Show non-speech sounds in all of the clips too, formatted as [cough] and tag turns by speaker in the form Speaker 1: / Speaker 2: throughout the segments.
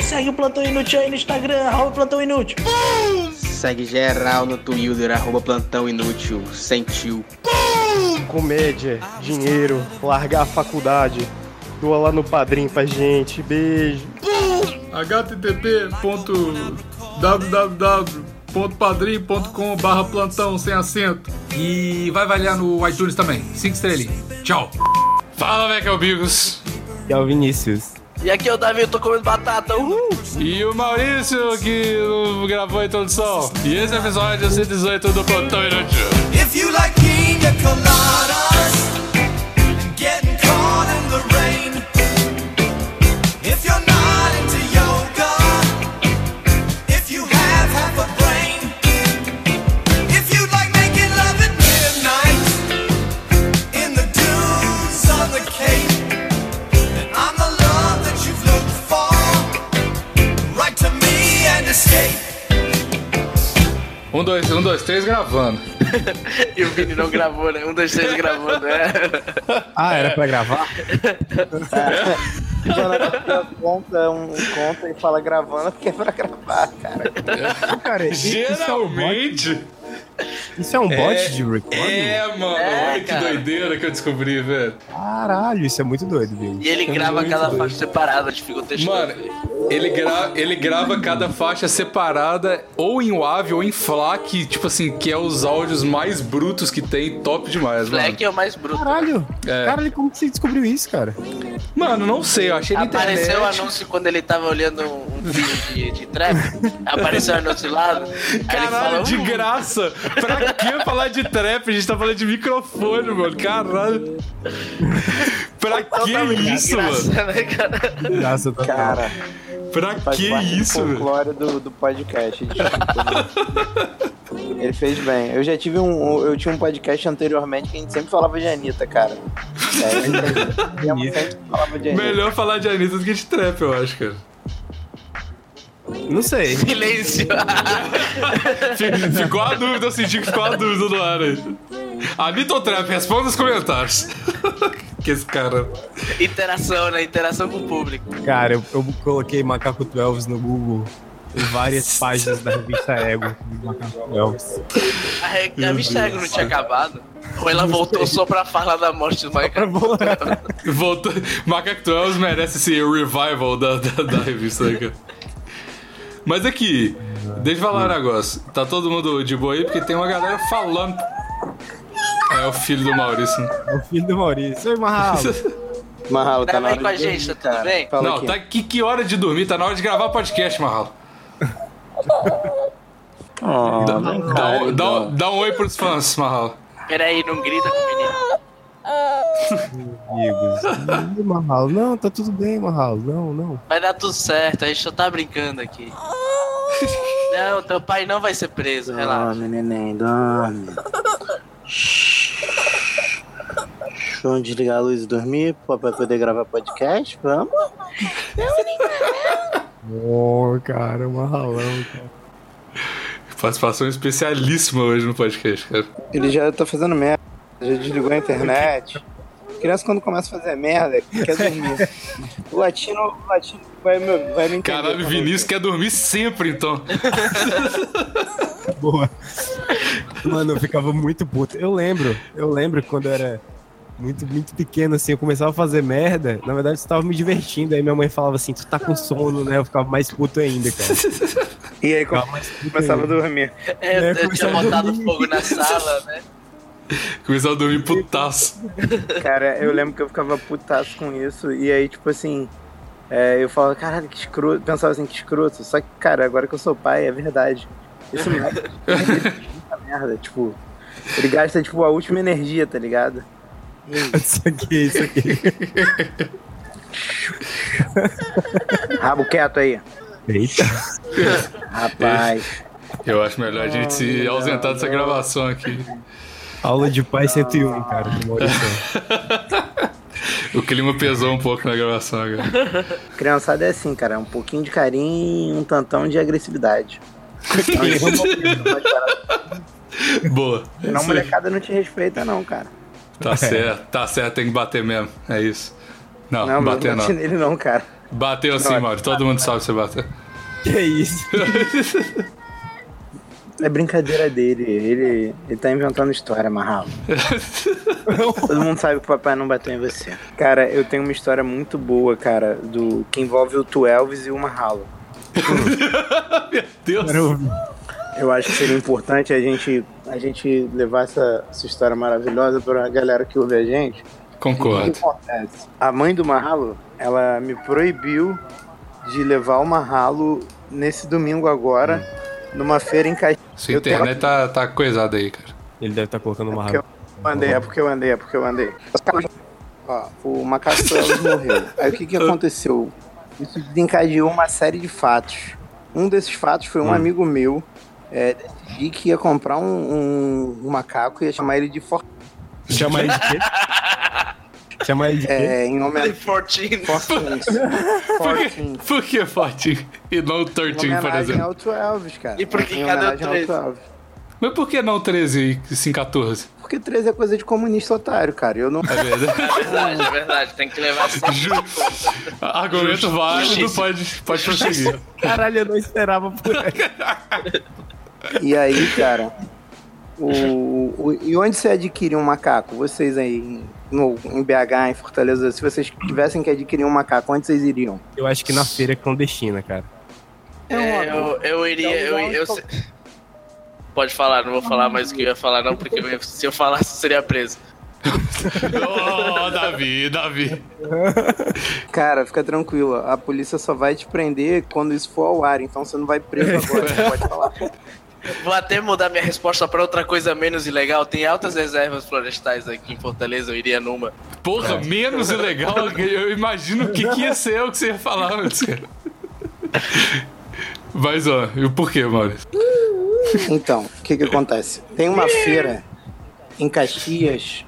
Speaker 1: Segue o Plantão Inútil aí no Instagram, arroba Plantão Inútil.
Speaker 2: Segue geral no Twitter, arroba Plantão Inútil. Sentiu.
Speaker 3: Comédia, dinheiro, largar a faculdade. Doa lá no padrinho pra gente. Beijo.
Speaker 4: http.www.padrim.com barra plantão sem acento. E vai avaliar no iTunes também. Cinco estrelas. Tchau. Fala, Mecalbigos.
Speaker 3: E é o Vinícius.
Speaker 5: E aqui é o Davi, eu tô comendo batata. Uhul!
Speaker 4: E o Maurício, que gravou a introdução. E esse é o episódio 118 do Plantão Inútil.
Speaker 6: If you like pina coladas and getting caught in the rain, if you're not into yoga, if you have half a brain, if you like making love at midnight in the dunes on the cape, then I'm the love that you've looked for. Write to me and escape.
Speaker 4: Um, dois, um, dois, três, gravando.
Speaker 5: E o Vini não gravou, né? Um, dois, três gravando, né?
Speaker 3: Ah, era pra
Speaker 2: [laughs]
Speaker 3: gravar?
Speaker 2: Conta, um, conta e fala gravando porque é pra gravar, cara.
Speaker 3: Cara,
Speaker 5: é um
Speaker 4: Geralmente...
Speaker 3: Isso é um bot
Speaker 4: É,
Speaker 3: de recording?
Speaker 4: É, mano,
Speaker 5: É,
Speaker 4: olha que
Speaker 5: cara.
Speaker 4: doideira que eu descobri, velho.
Speaker 3: Caralho, isso é muito doido, Bill.
Speaker 5: E ele grava cada faixa separada, tipo, fica o texto.
Speaker 4: Mano, ele, gra- ele grava cada faixa separada, ou em WAV, ou em FLAC, tipo assim, que é os áudios mais brutos que tem, top demais, mano.
Speaker 5: Black é o mais bruto.
Speaker 3: Caralho,
Speaker 4: É.
Speaker 3: caralho, como que você descobriu isso, cara?
Speaker 4: Mano, não sei, eu achei na
Speaker 5: Apareceu o
Speaker 4: internet.
Speaker 5: anúncio quando ele tava olhando um um vídeo de, de trap. Apareceu o anúncio lá. aí ele
Speaker 4: Caralho,
Speaker 5: fala,
Speaker 4: de
Speaker 5: "Hum,
Speaker 4: graça! Pra que falar de trap? A gente tá falando de microfone, mano. Caralho. Pra que isso,
Speaker 5: graça,
Speaker 4: mano?
Speaker 5: né, cara?
Speaker 3: Graça total.
Speaker 2: Cara,
Speaker 4: Pra
Speaker 2: faz
Speaker 4: que
Speaker 2: parte
Speaker 4: isso,
Speaker 2: do
Speaker 4: velho?
Speaker 2: folclore do, do podcast. desculpa. Ele fez bem. Eu já tive um. Eu tinha um podcast anteriormente que a gente sempre falava de Anitta, cara. É, a [laughs] gente sempre falava de Anitta.
Speaker 4: Melhor falar de Anitta do que de trap, eu acho, cara.
Speaker 3: Não sei.
Speaker 5: Silêncio.
Speaker 4: Fi- [laughs] Ficou a dúvida, eu senti que ficou a dúvida no ar aí. Anitta ou Trap, responda nos comentários. [laughs] que esse cara.
Speaker 5: Interação, né? Interação com o público.
Speaker 3: Cara, eu, eu coloquei Macaco 12 no Google. Tem [laughs] várias páginas da revista Ego do Macaco 12.
Speaker 5: A re- a revista Ego não tinha acabado. Ou ela voltou só pra falar da morte do Michael.
Speaker 4: Voltou. Macaco 12 merece esse revival da, da, da revista aí, cara. Mas aqui, deixa eu falar um negócio. Tá todo mundo de boa aí porque tem uma galera falando. É o filho do Maurício. né?
Speaker 3: É o filho do Maurício. Oi, Marralo.
Speaker 2: Marralo, tá
Speaker 5: Tá
Speaker 2: na
Speaker 5: bem
Speaker 2: hora
Speaker 5: com a
Speaker 2: de
Speaker 5: gente, tá
Speaker 2: dormir,
Speaker 5: tudo
Speaker 2: cara.
Speaker 5: bem?
Speaker 2: Fala
Speaker 4: Não,
Speaker 2: aqui.
Speaker 4: tá que, que hora de dormir, tá na hora de gravar podcast, Marralo.
Speaker 2: Oh,
Speaker 4: Dá,
Speaker 2: não,
Speaker 4: dá
Speaker 2: cara,
Speaker 4: um- dá um-
Speaker 2: não.
Speaker 4: dá um oi pros fãs, Marralo.
Speaker 5: Peraí, não grita com o menino.
Speaker 3: amigos. Oi, Marralo. Não, tá tudo bem, Marralo. Não, não.
Speaker 5: Vai dar tudo certo, a gente só tá
Speaker 4: [laughs]
Speaker 5: brincando aqui. Não, teu pai não vai ser preso, relaxa.
Speaker 2: Dorme, "Ah, neném, dorme. Shhh. Vamos desligar a luz e dormir pra pra poder gravar podcast? Vamos?
Speaker 3: Oh, cara, Marralão. Cara.
Speaker 4: Participação especialíssima hoje no podcast, cara.
Speaker 2: Ele já tá fazendo merda, já desligou a internet. Criança quando começa a fazer merda, quer dormir. O latino, o latino vai, me, vai me entender.
Speaker 4: Caralho, o Vinícius quer dormir sempre, então.
Speaker 3: Boa. Mano, eu ficava muito puto. Eu lembro, eu lembro quando eu era muito, muito pequeno, assim, eu começava a fazer merda. Na verdade, eu tava me divertindo. Aí minha mãe falava assim, tu tá com sono, né? Eu ficava mais puto ainda, cara.
Speaker 2: E aí
Speaker 3: Ficava mais puto
Speaker 2: começava a
Speaker 3: ainda.
Speaker 2: dormir.
Speaker 5: É,
Speaker 4: Né,
Speaker 3: É,
Speaker 5: eu, eu tinha
Speaker 3: começou a
Speaker 5: botado
Speaker 3: dormir.
Speaker 4: [laughs]
Speaker 5: fogo na
Speaker 4: é
Speaker 5: sala, né?
Speaker 4: Começar a dormir putaço.
Speaker 2: Cara, eu lembro que eu ficava putaço com isso. E aí, tipo assim, é, eu falava, caralho, que escroto. Pensava assim, que escroto. Só que, cara, agora que eu sou pai, é verdade.
Speaker 4: [laughs]
Speaker 2: Esse moleque é muita merda, tipo. Ele gasta, tipo, a última energia, tá ligado?
Speaker 3: Isso aqui, isso aqui.
Speaker 2: Rabo quieto aí.
Speaker 3: Eita.
Speaker 2: Rapaz.
Speaker 4: Eu acho melhor a
Speaker 2: Ah,
Speaker 4: gente se ausentar dessa gravação aqui.
Speaker 3: Aula de pai 101, cara, do Maurício.
Speaker 4: O clima pesou um pouco na gravação agora.
Speaker 2: Criançada é assim, cara. Um pouquinho de carinho e um tantão
Speaker 4: [laughs]
Speaker 2: de agressividade. Não, eles não vão- pode parar.
Speaker 4: Boa. É
Speaker 2: Senão a
Speaker 4: isso aí.
Speaker 2: molecada não te respeita, não, cara.
Speaker 4: Tá certo, tá certo, tem que bater mesmo. É isso. Não,
Speaker 2: Não, mas
Speaker 4: bater
Speaker 2: não
Speaker 4: não.
Speaker 2: bate nele, não, cara.
Speaker 4: Bateu assim,
Speaker 2: Não,
Speaker 4: Mauro. Todo mundo sabe que você bateu. [laughs]
Speaker 3: Que isso?
Speaker 2: É brincadeira dele. Ele, ele tá inventando história, Marral. Todo mundo sabe que o papai não bateu em você. Cara, eu tenho uma história muito boa, cara, do que envolve o Tu Elvis e o Marralo.
Speaker 4: Meu Deus.
Speaker 3: Quero ouvir.
Speaker 2: Eu acho que seria importante a gente, a gente levar essa, essa história maravilhosa pra galera que ouve a gente. O
Speaker 4: Concordo.
Speaker 2: que acontece? A mãe do Marralo, ela me proibiu de levar o Marralo nesse domingo agora, numa feira em Caxias.
Speaker 4: Sua
Speaker 2: Eu tenho-
Speaker 4: internet tá, tá coisada aí, cara.
Speaker 3: Ele deve estar colocando uma
Speaker 2: Porque
Speaker 3: raiva.
Speaker 2: eu andei, é porque eu andei, é porque eu andei. Ó, o macaco Elvis morreu. Aí o que, que aconteceu? Isso desencadeou uma série de fatos. Um desses fatos foi um amigo meu é, decidir que ia comprar um, um- um macaco e ia chamar ele de For
Speaker 3: Chama ele de quê? Chama ele de quê?
Speaker 2: é, em homenagem.
Speaker 5: 14.
Speaker 2: Fortunes.
Speaker 4: Por
Speaker 2: Fortunes.
Speaker 4: que, por que 14 e não 13,
Speaker 2: Em
Speaker 4: por
Speaker 2: homenagem
Speaker 4: exemplo?
Speaker 2: ao Tu Elvis, cara.
Speaker 5: E por que
Speaker 2: Em
Speaker 5: cada
Speaker 2: homenagem ao
Speaker 5: três?
Speaker 2: Tu Elvis.
Speaker 4: Mas por que não 13 e sim 14?
Speaker 2: Porque 13 é coisa de comunista otário, cara. Eu não.
Speaker 4: É verdade.
Speaker 5: Verdade, é verdade. Tem que levar só.
Speaker 4: Ju- Argumento válido,
Speaker 5: Justiça.
Speaker 4: pode, pode prosseguir.
Speaker 3: Caralho, eu não esperava por essa.
Speaker 2: E aí, cara, o, o- e onde você adquirir um macaco? Vocês aí em- no, em BH, em Fortaleza, se vocês tivessem que adquirir um macaco, onde vocês iriam?
Speaker 3: Eu acho que na feira clandestina, cara.
Speaker 2: um
Speaker 5: É, eu, eu iria. Eu, eu, se- Pode falar, não vou falar mais o que eu ia falar, não, porque eu ia- se eu falasse, eu seria preso.
Speaker 4: Oh, Davi, Davi.
Speaker 2: Cara, fica tranquilo, a polícia só vai te prender quando isso for ao ar, então você não vai preso agora, você pode falar.
Speaker 5: Vou até mudar minha resposta pra outra coisa menos ilegal. Tem altas reservas florestais aqui em Fortaleza, eu iria numa.
Speaker 4: Porra, menos ilegal. Eu imagino o que, que ia ser o que você ia falar antes, cara. Mas, ó, e o porquê, Maurício?
Speaker 2: [laughs] Então, o que que acontece? Tem uma feira em Caxias.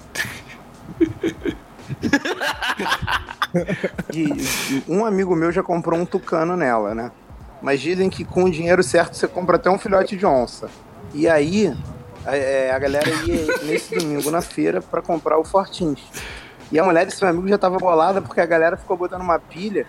Speaker 2: de- um amigo meu já comprou um tucano nela, né? Mas dizem que com o dinheiro certo você compra até um filhote de onça. E aí, a, é, a galera ia nesse domingo na feira pra comprar o Fortins. E a mulher desse meu amigo já tava bolada porque a galera ficou botando uma pilha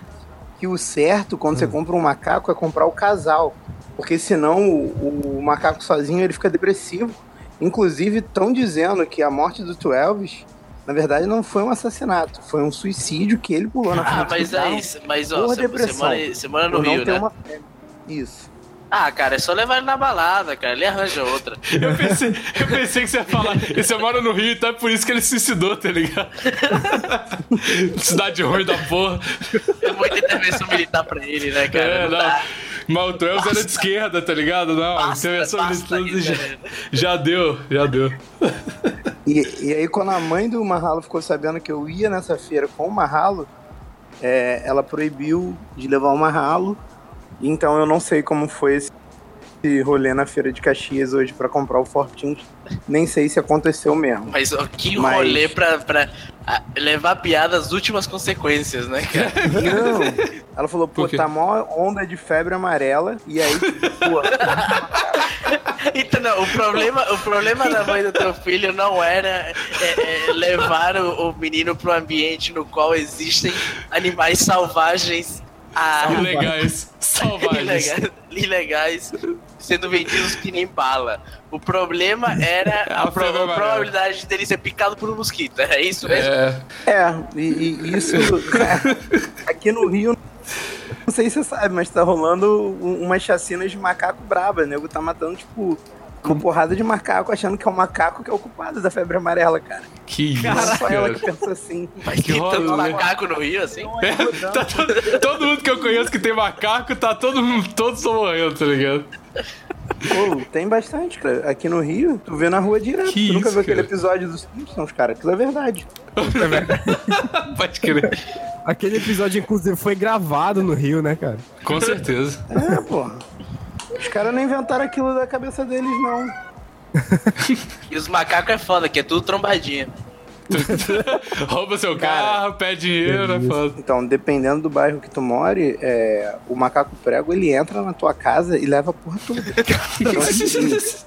Speaker 2: que o certo quando você compra um macaco é comprar o casal. Porque senão o, o macaco sozinho ele fica depressivo. Inclusive, estão dizendo que a morte do Tu Elvis, na verdade, não foi um assassinato, foi um suicídio que ele pulou na frente
Speaker 5: Ah, mas
Speaker 2: do
Speaker 5: é
Speaker 2: carro
Speaker 5: isso. Mas, ó,
Speaker 2: Porra,
Speaker 5: você, você,
Speaker 2: depressão.
Speaker 5: mora, em- você mora no
Speaker 2: por não
Speaker 5: Rio,
Speaker 2: ter
Speaker 5: né?
Speaker 2: uma fêmea. Isso.
Speaker 5: Ah, cara, é só levar ele na balada, cara. Ele arranja outra.
Speaker 4: Eu pensei, eu pensei que você ia falar. E você mora no Rio, então é por isso que ele se suicidou, tá ligado? [laughs] Cidade ruim da porra.
Speaker 5: É muita intervenção militar pra ele, né, cara?
Speaker 4: É,
Speaker 5: Não dá.
Speaker 4: não. Mas o Tuels era de esquerda, tá ligado? Não,
Speaker 5: Basta,
Speaker 4: intervenção
Speaker 5: basta
Speaker 4: militar
Speaker 5: isso,
Speaker 4: já,
Speaker 5: né?
Speaker 4: já deu, já deu.
Speaker 2: E, e aí, quando a mãe do Marralo ficou sabendo que eu ia nessa feira com o Marralo, é, ela proibiu de levar o Marralo. Então, eu não sei como foi esse esse rolê na feira de Caxias hoje pra comprar o Fortins. Nem sei se aconteceu mesmo.
Speaker 5: Mas ó, que
Speaker 2: Mas-
Speaker 5: rolê pra, pra ah, levar a piada às últimas consequências, né, cara?
Speaker 2: Não! Ela falou, pô,
Speaker 4: Por quê?
Speaker 2: tá mó onda de febre amarela. E aí, pô,
Speaker 5: Então, não, o problema, o problema da mãe do teu filho não era é, é, levar o, o menino pra um ambiente no qual existem animais selvagens a,
Speaker 4: Ah, [laughs] Ilegais, selvagens.
Speaker 5: ilegais, ilegais sendo vendidos que nem bala. O problema era a,
Speaker 4: A
Speaker 5: pro-
Speaker 4: febre amarela.
Speaker 5: probabilidade dele ser picado por um mosquito. É isso mesmo?
Speaker 4: É,
Speaker 2: é, e, e isso. é, aqui no Rio, não sei se você sabe, mas tá rolando um- umas chacinas de macaco braba. O nego tá matando, tipo, com porrada de macaco, achando que é o macaco que é o culpado da febre amarela, cara.
Speaker 4: que isso,
Speaker 2: Não é só ela
Speaker 4: cara.
Speaker 2: que pensa assim.
Speaker 4: É,
Speaker 5: Mas tem [laughs] tanto
Speaker 4: rolê.
Speaker 5: macaco no Rio, assim?
Speaker 4: É, tá todo, todo mundo que eu conheço que tem macaco, tá todo mundo, todos estão morrendo, tá ligado?
Speaker 2: Pô, tem bastante, cara. Aqui no Rio, tu vê na rua direto.
Speaker 4: Que
Speaker 2: tu nunca
Speaker 4: isso,
Speaker 2: viu aquele
Speaker 4: cara.
Speaker 2: episódio dos Simpsons, cara. Aquilo é verdade.
Speaker 4: Pode crer.
Speaker 3: Aquele episódio, inclusive, foi gravado no Rio, né, cara?
Speaker 4: Com certeza.
Speaker 2: É, porra. Os caras não inventaram aquilo da cabeça deles, não.
Speaker 5: E os macacos é foda, que é tudo trombadinha.
Speaker 4: Rouba seu carro, pede dinheiro, é foda.
Speaker 2: Então, dependendo do bairro que tu more, é, o macaco prego ele entra na tua casa e leva a porra
Speaker 4: [laughs]
Speaker 2: toda. Então, assim,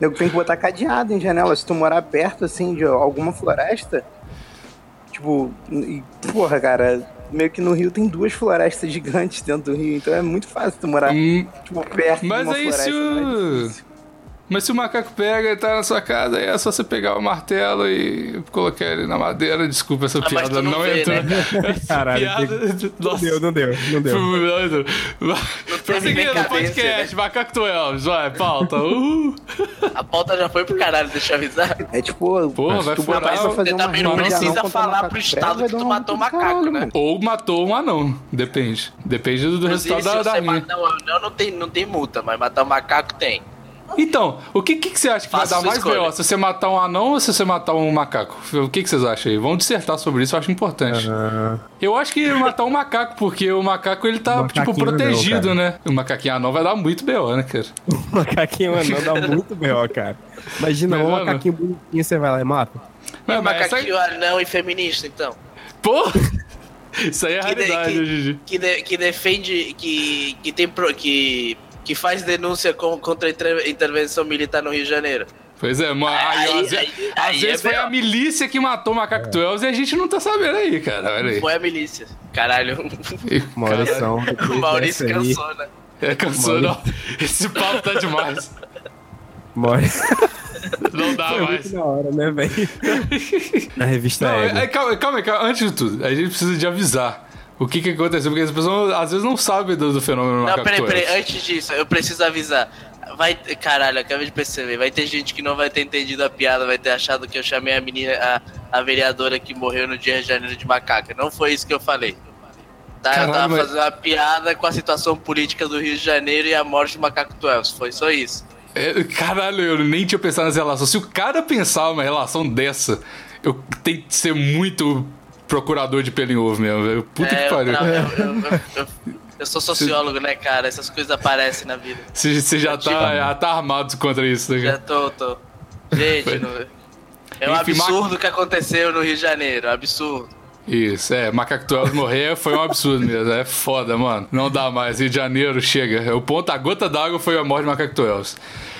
Speaker 2: nego tem que botar cadeado em janela. Se tu morar perto, assim, de alguma floresta, tipo, e, porra, cara, meio que no Rio tem duas florestas gigantes dentro do Rio, então é muito fácil tu morar
Speaker 4: Hum,
Speaker 2: tipo, perto de
Speaker 4: Mas
Speaker 2: uma
Speaker 4: aí se
Speaker 2: floresta. né?
Speaker 4: o. Mas se o macaco pega e tá na sua casa, aí é só você pegar o martelo e colocar ele na madeira. Desculpa essa
Speaker 5: mas
Speaker 4: piada,
Speaker 5: tu não
Speaker 4: Ah, não,
Speaker 5: vê,
Speaker 4: entrou.
Speaker 5: né?
Speaker 3: [laughs]
Speaker 4: Essa
Speaker 3: Caralho,
Speaker 4: piada.
Speaker 3: Não
Speaker 4: Nossa.
Speaker 3: deu, não deu, não deu.
Speaker 4: Foi muito doido. Prosseguindo,
Speaker 5: nem
Speaker 4: podcast,
Speaker 5: cadência,
Speaker 4: Macaco Twelves, vai, pauta. Uhul.
Speaker 5: A pauta já foi pro caralho, deixa
Speaker 4: [laughs]
Speaker 5: eu avisar.
Speaker 4: Então,
Speaker 2: É tipo,
Speaker 4: Porra,
Speaker 2: se
Speaker 4: vai
Speaker 2: tu
Speaker 4: furar
Speaker 2: botar
Speaker 4: o-
Speaker 2: pra fazer
Speaker 5: Você
Speaker 2: uma
Speaker 5: também não
Speaker 2: reunião de
Speaker 5: precisa
Speaker 2: anão contra
Speaker 5: falar
Speaker 2: macaco
Speaker 5: pro
Speaker 2: preto,
Speaker 5: estado
Speaker 2: vai
Speaker 5: que
Speaker 2: dar
Speaker 5: tu
Speaker 2: um
Speaker 5: matou
Speaker 2: do
Speaker 5: macaco,
Speaker 2: caralho,
Speaker 5: né?
Speaker 2: mano.
Speaker 4: Ou matou um anão, depende. Depende do
Speaker 5: Inclusive, se
Speaker 4: resultado da, da
Speaker 5: você
Speaker 4: então, minha.
Speaker 5: matar um anão, não tem, não tem multa, mas matar um macaco tem.
Speaker 4: Então, o que, que, que você acha que
Speaker 5: Faça
Speaker 4: vai dar
Speaker 5: sua
Speaker 4: mais
Speaker 5: escolha.
Speaker 4: B.O.? Se você matar um anão ou se você matar um macaco? O que, que vocês acham aí? Vamos dissertar sobre isso, eu acho importante.
Speaker 3: Ah.
Speaker 4: Eu acho que matar um macaco, porque o macaco ele tá,
Speaker 3: Macaquinho
Speaker 4: tipo,
Speaker 3: não,
Speaker 4: protegido,
Speaker 3: cara.
Speaker 4: né? O macaquinho anão vai dar muito B.O., né, cara?
Speaker 5: É,
Speaker 3: O macaquinho anão dá [laughs] muito B.O., cara. Imagina, um
Speaker 4: Melhor, né?
Speaker 3: macaquinho bonitinho, você vai lá e mata.
Speaker 5: É
Speaker 4: Não, Ah, mas essa-
Speaker 5: macaquinho anão e feminista, então.
Speaker 4: Porra! [laughs] Isso aí é
Speaker 5: Que de-
Speaker 4: raridade,
Speaker 5: que-
Speaker 4: hoje em dia.
Speaker 5: Que, de- que defende. Que, que tem. pro- que, que faz denúncia com- contra a inter- intervenção militar no Rio de Janeiro.
Speaker 4: Pois é, mas aí,
Speaker 5: Aí-
Speaker 4: às, ve-
Speaker 5: aí-
Speaker 4: às
Speaker 5: aí
Speaker 4: vezes
Speaker 5: é
Speaker 4: foi
Speaker 5: B.O.
Speaker 4: a milícia que matou o Macaco
Speaker 2: É.
Speaker 4: Twelves e a gente não tá sabendo aí, cara. Olha aí.
Speaker 5: Foi a milícia. Caralho. [laughs]
Speaker 3: Uma hora
Speaker 4: Caralho.
Speaker 3: são.
Speaker 5: O
Speaker 3: [laughs]
Speaker 5: Maurício cansou, né?
Speaker 4: É, cansou, não. Esse papo tá demais.
Speaker 3: Mora.
Speaker 4: Não dá
Speaker 3: Foi
Speaker 4: mais.
Speaker 3: muito da hora, né, [laughs] velho? Na revista
Speaker 4: Não,
Speaker 3: Ego.
Speaker 4: é- é, calma, calma, aí, calma. Antes de tudo, a gente precisa de avisar o que que aconteceu, porque as pessoas às vezes não sabem do, do fenômeno
Speaker 5: Não,
Speaker 4: macaco
Speaker 5: peraí,
Speaker 4: Twelves.
Speaker 5: peraí. Antes disso, eu preciso avisar. Vai, caralho, acabei de perceber. Vai ter gente que não vai ter entendido a piada, vai ter achado que eu chamei a menina, a, a vereadora que morreu no dia de janeiro de macaca. Não foi isso que eu falei. Tá,
Speaker 4: Caralho,
Speaker 5: eu tava
Speaker 4: mas-
Speaker 5: fazendo uma piada com a situação política do Rio de Janeiro e a morte do Macaco Twelves. Foi só isso.
Speaker 4: É, caralho, eu nem tinha pensado nessa relação. Se o cara pensar uma relação dessa, eu tenho que ser muito procurador de pelo em ovo mesmo, velho. Puta
Speaker 5: É,
Speaker 4: que
Speaker 5: eu,
Speaker 4: pariu.
Speaker 5: tra- eu- eu- eu-
Speaker 4: [laughs]
Speaker 5: eu sou sociólogo, né, cara? Essas coisas aparecem na vida.
Speaker 4: Você, você já, tá, já tá armado contra isso, né,
Speaker 5: Já
Speaker 4: cara?
Speaker 5: tô, tô. Gente, não- é um
Speaker 4: Enfim, Mac-
Speaker 5: absurdo o que aconteceu no Rio de Janeiro. é um Absurdo.
Speaker 4: Isso, é. Macaco Twelves morrer foi um absurdo mesmo. É foda, mano. Não dá mais. Rio de Janeiro chega. O ponto, a gota d'água foi a morte de Macaco Twelves.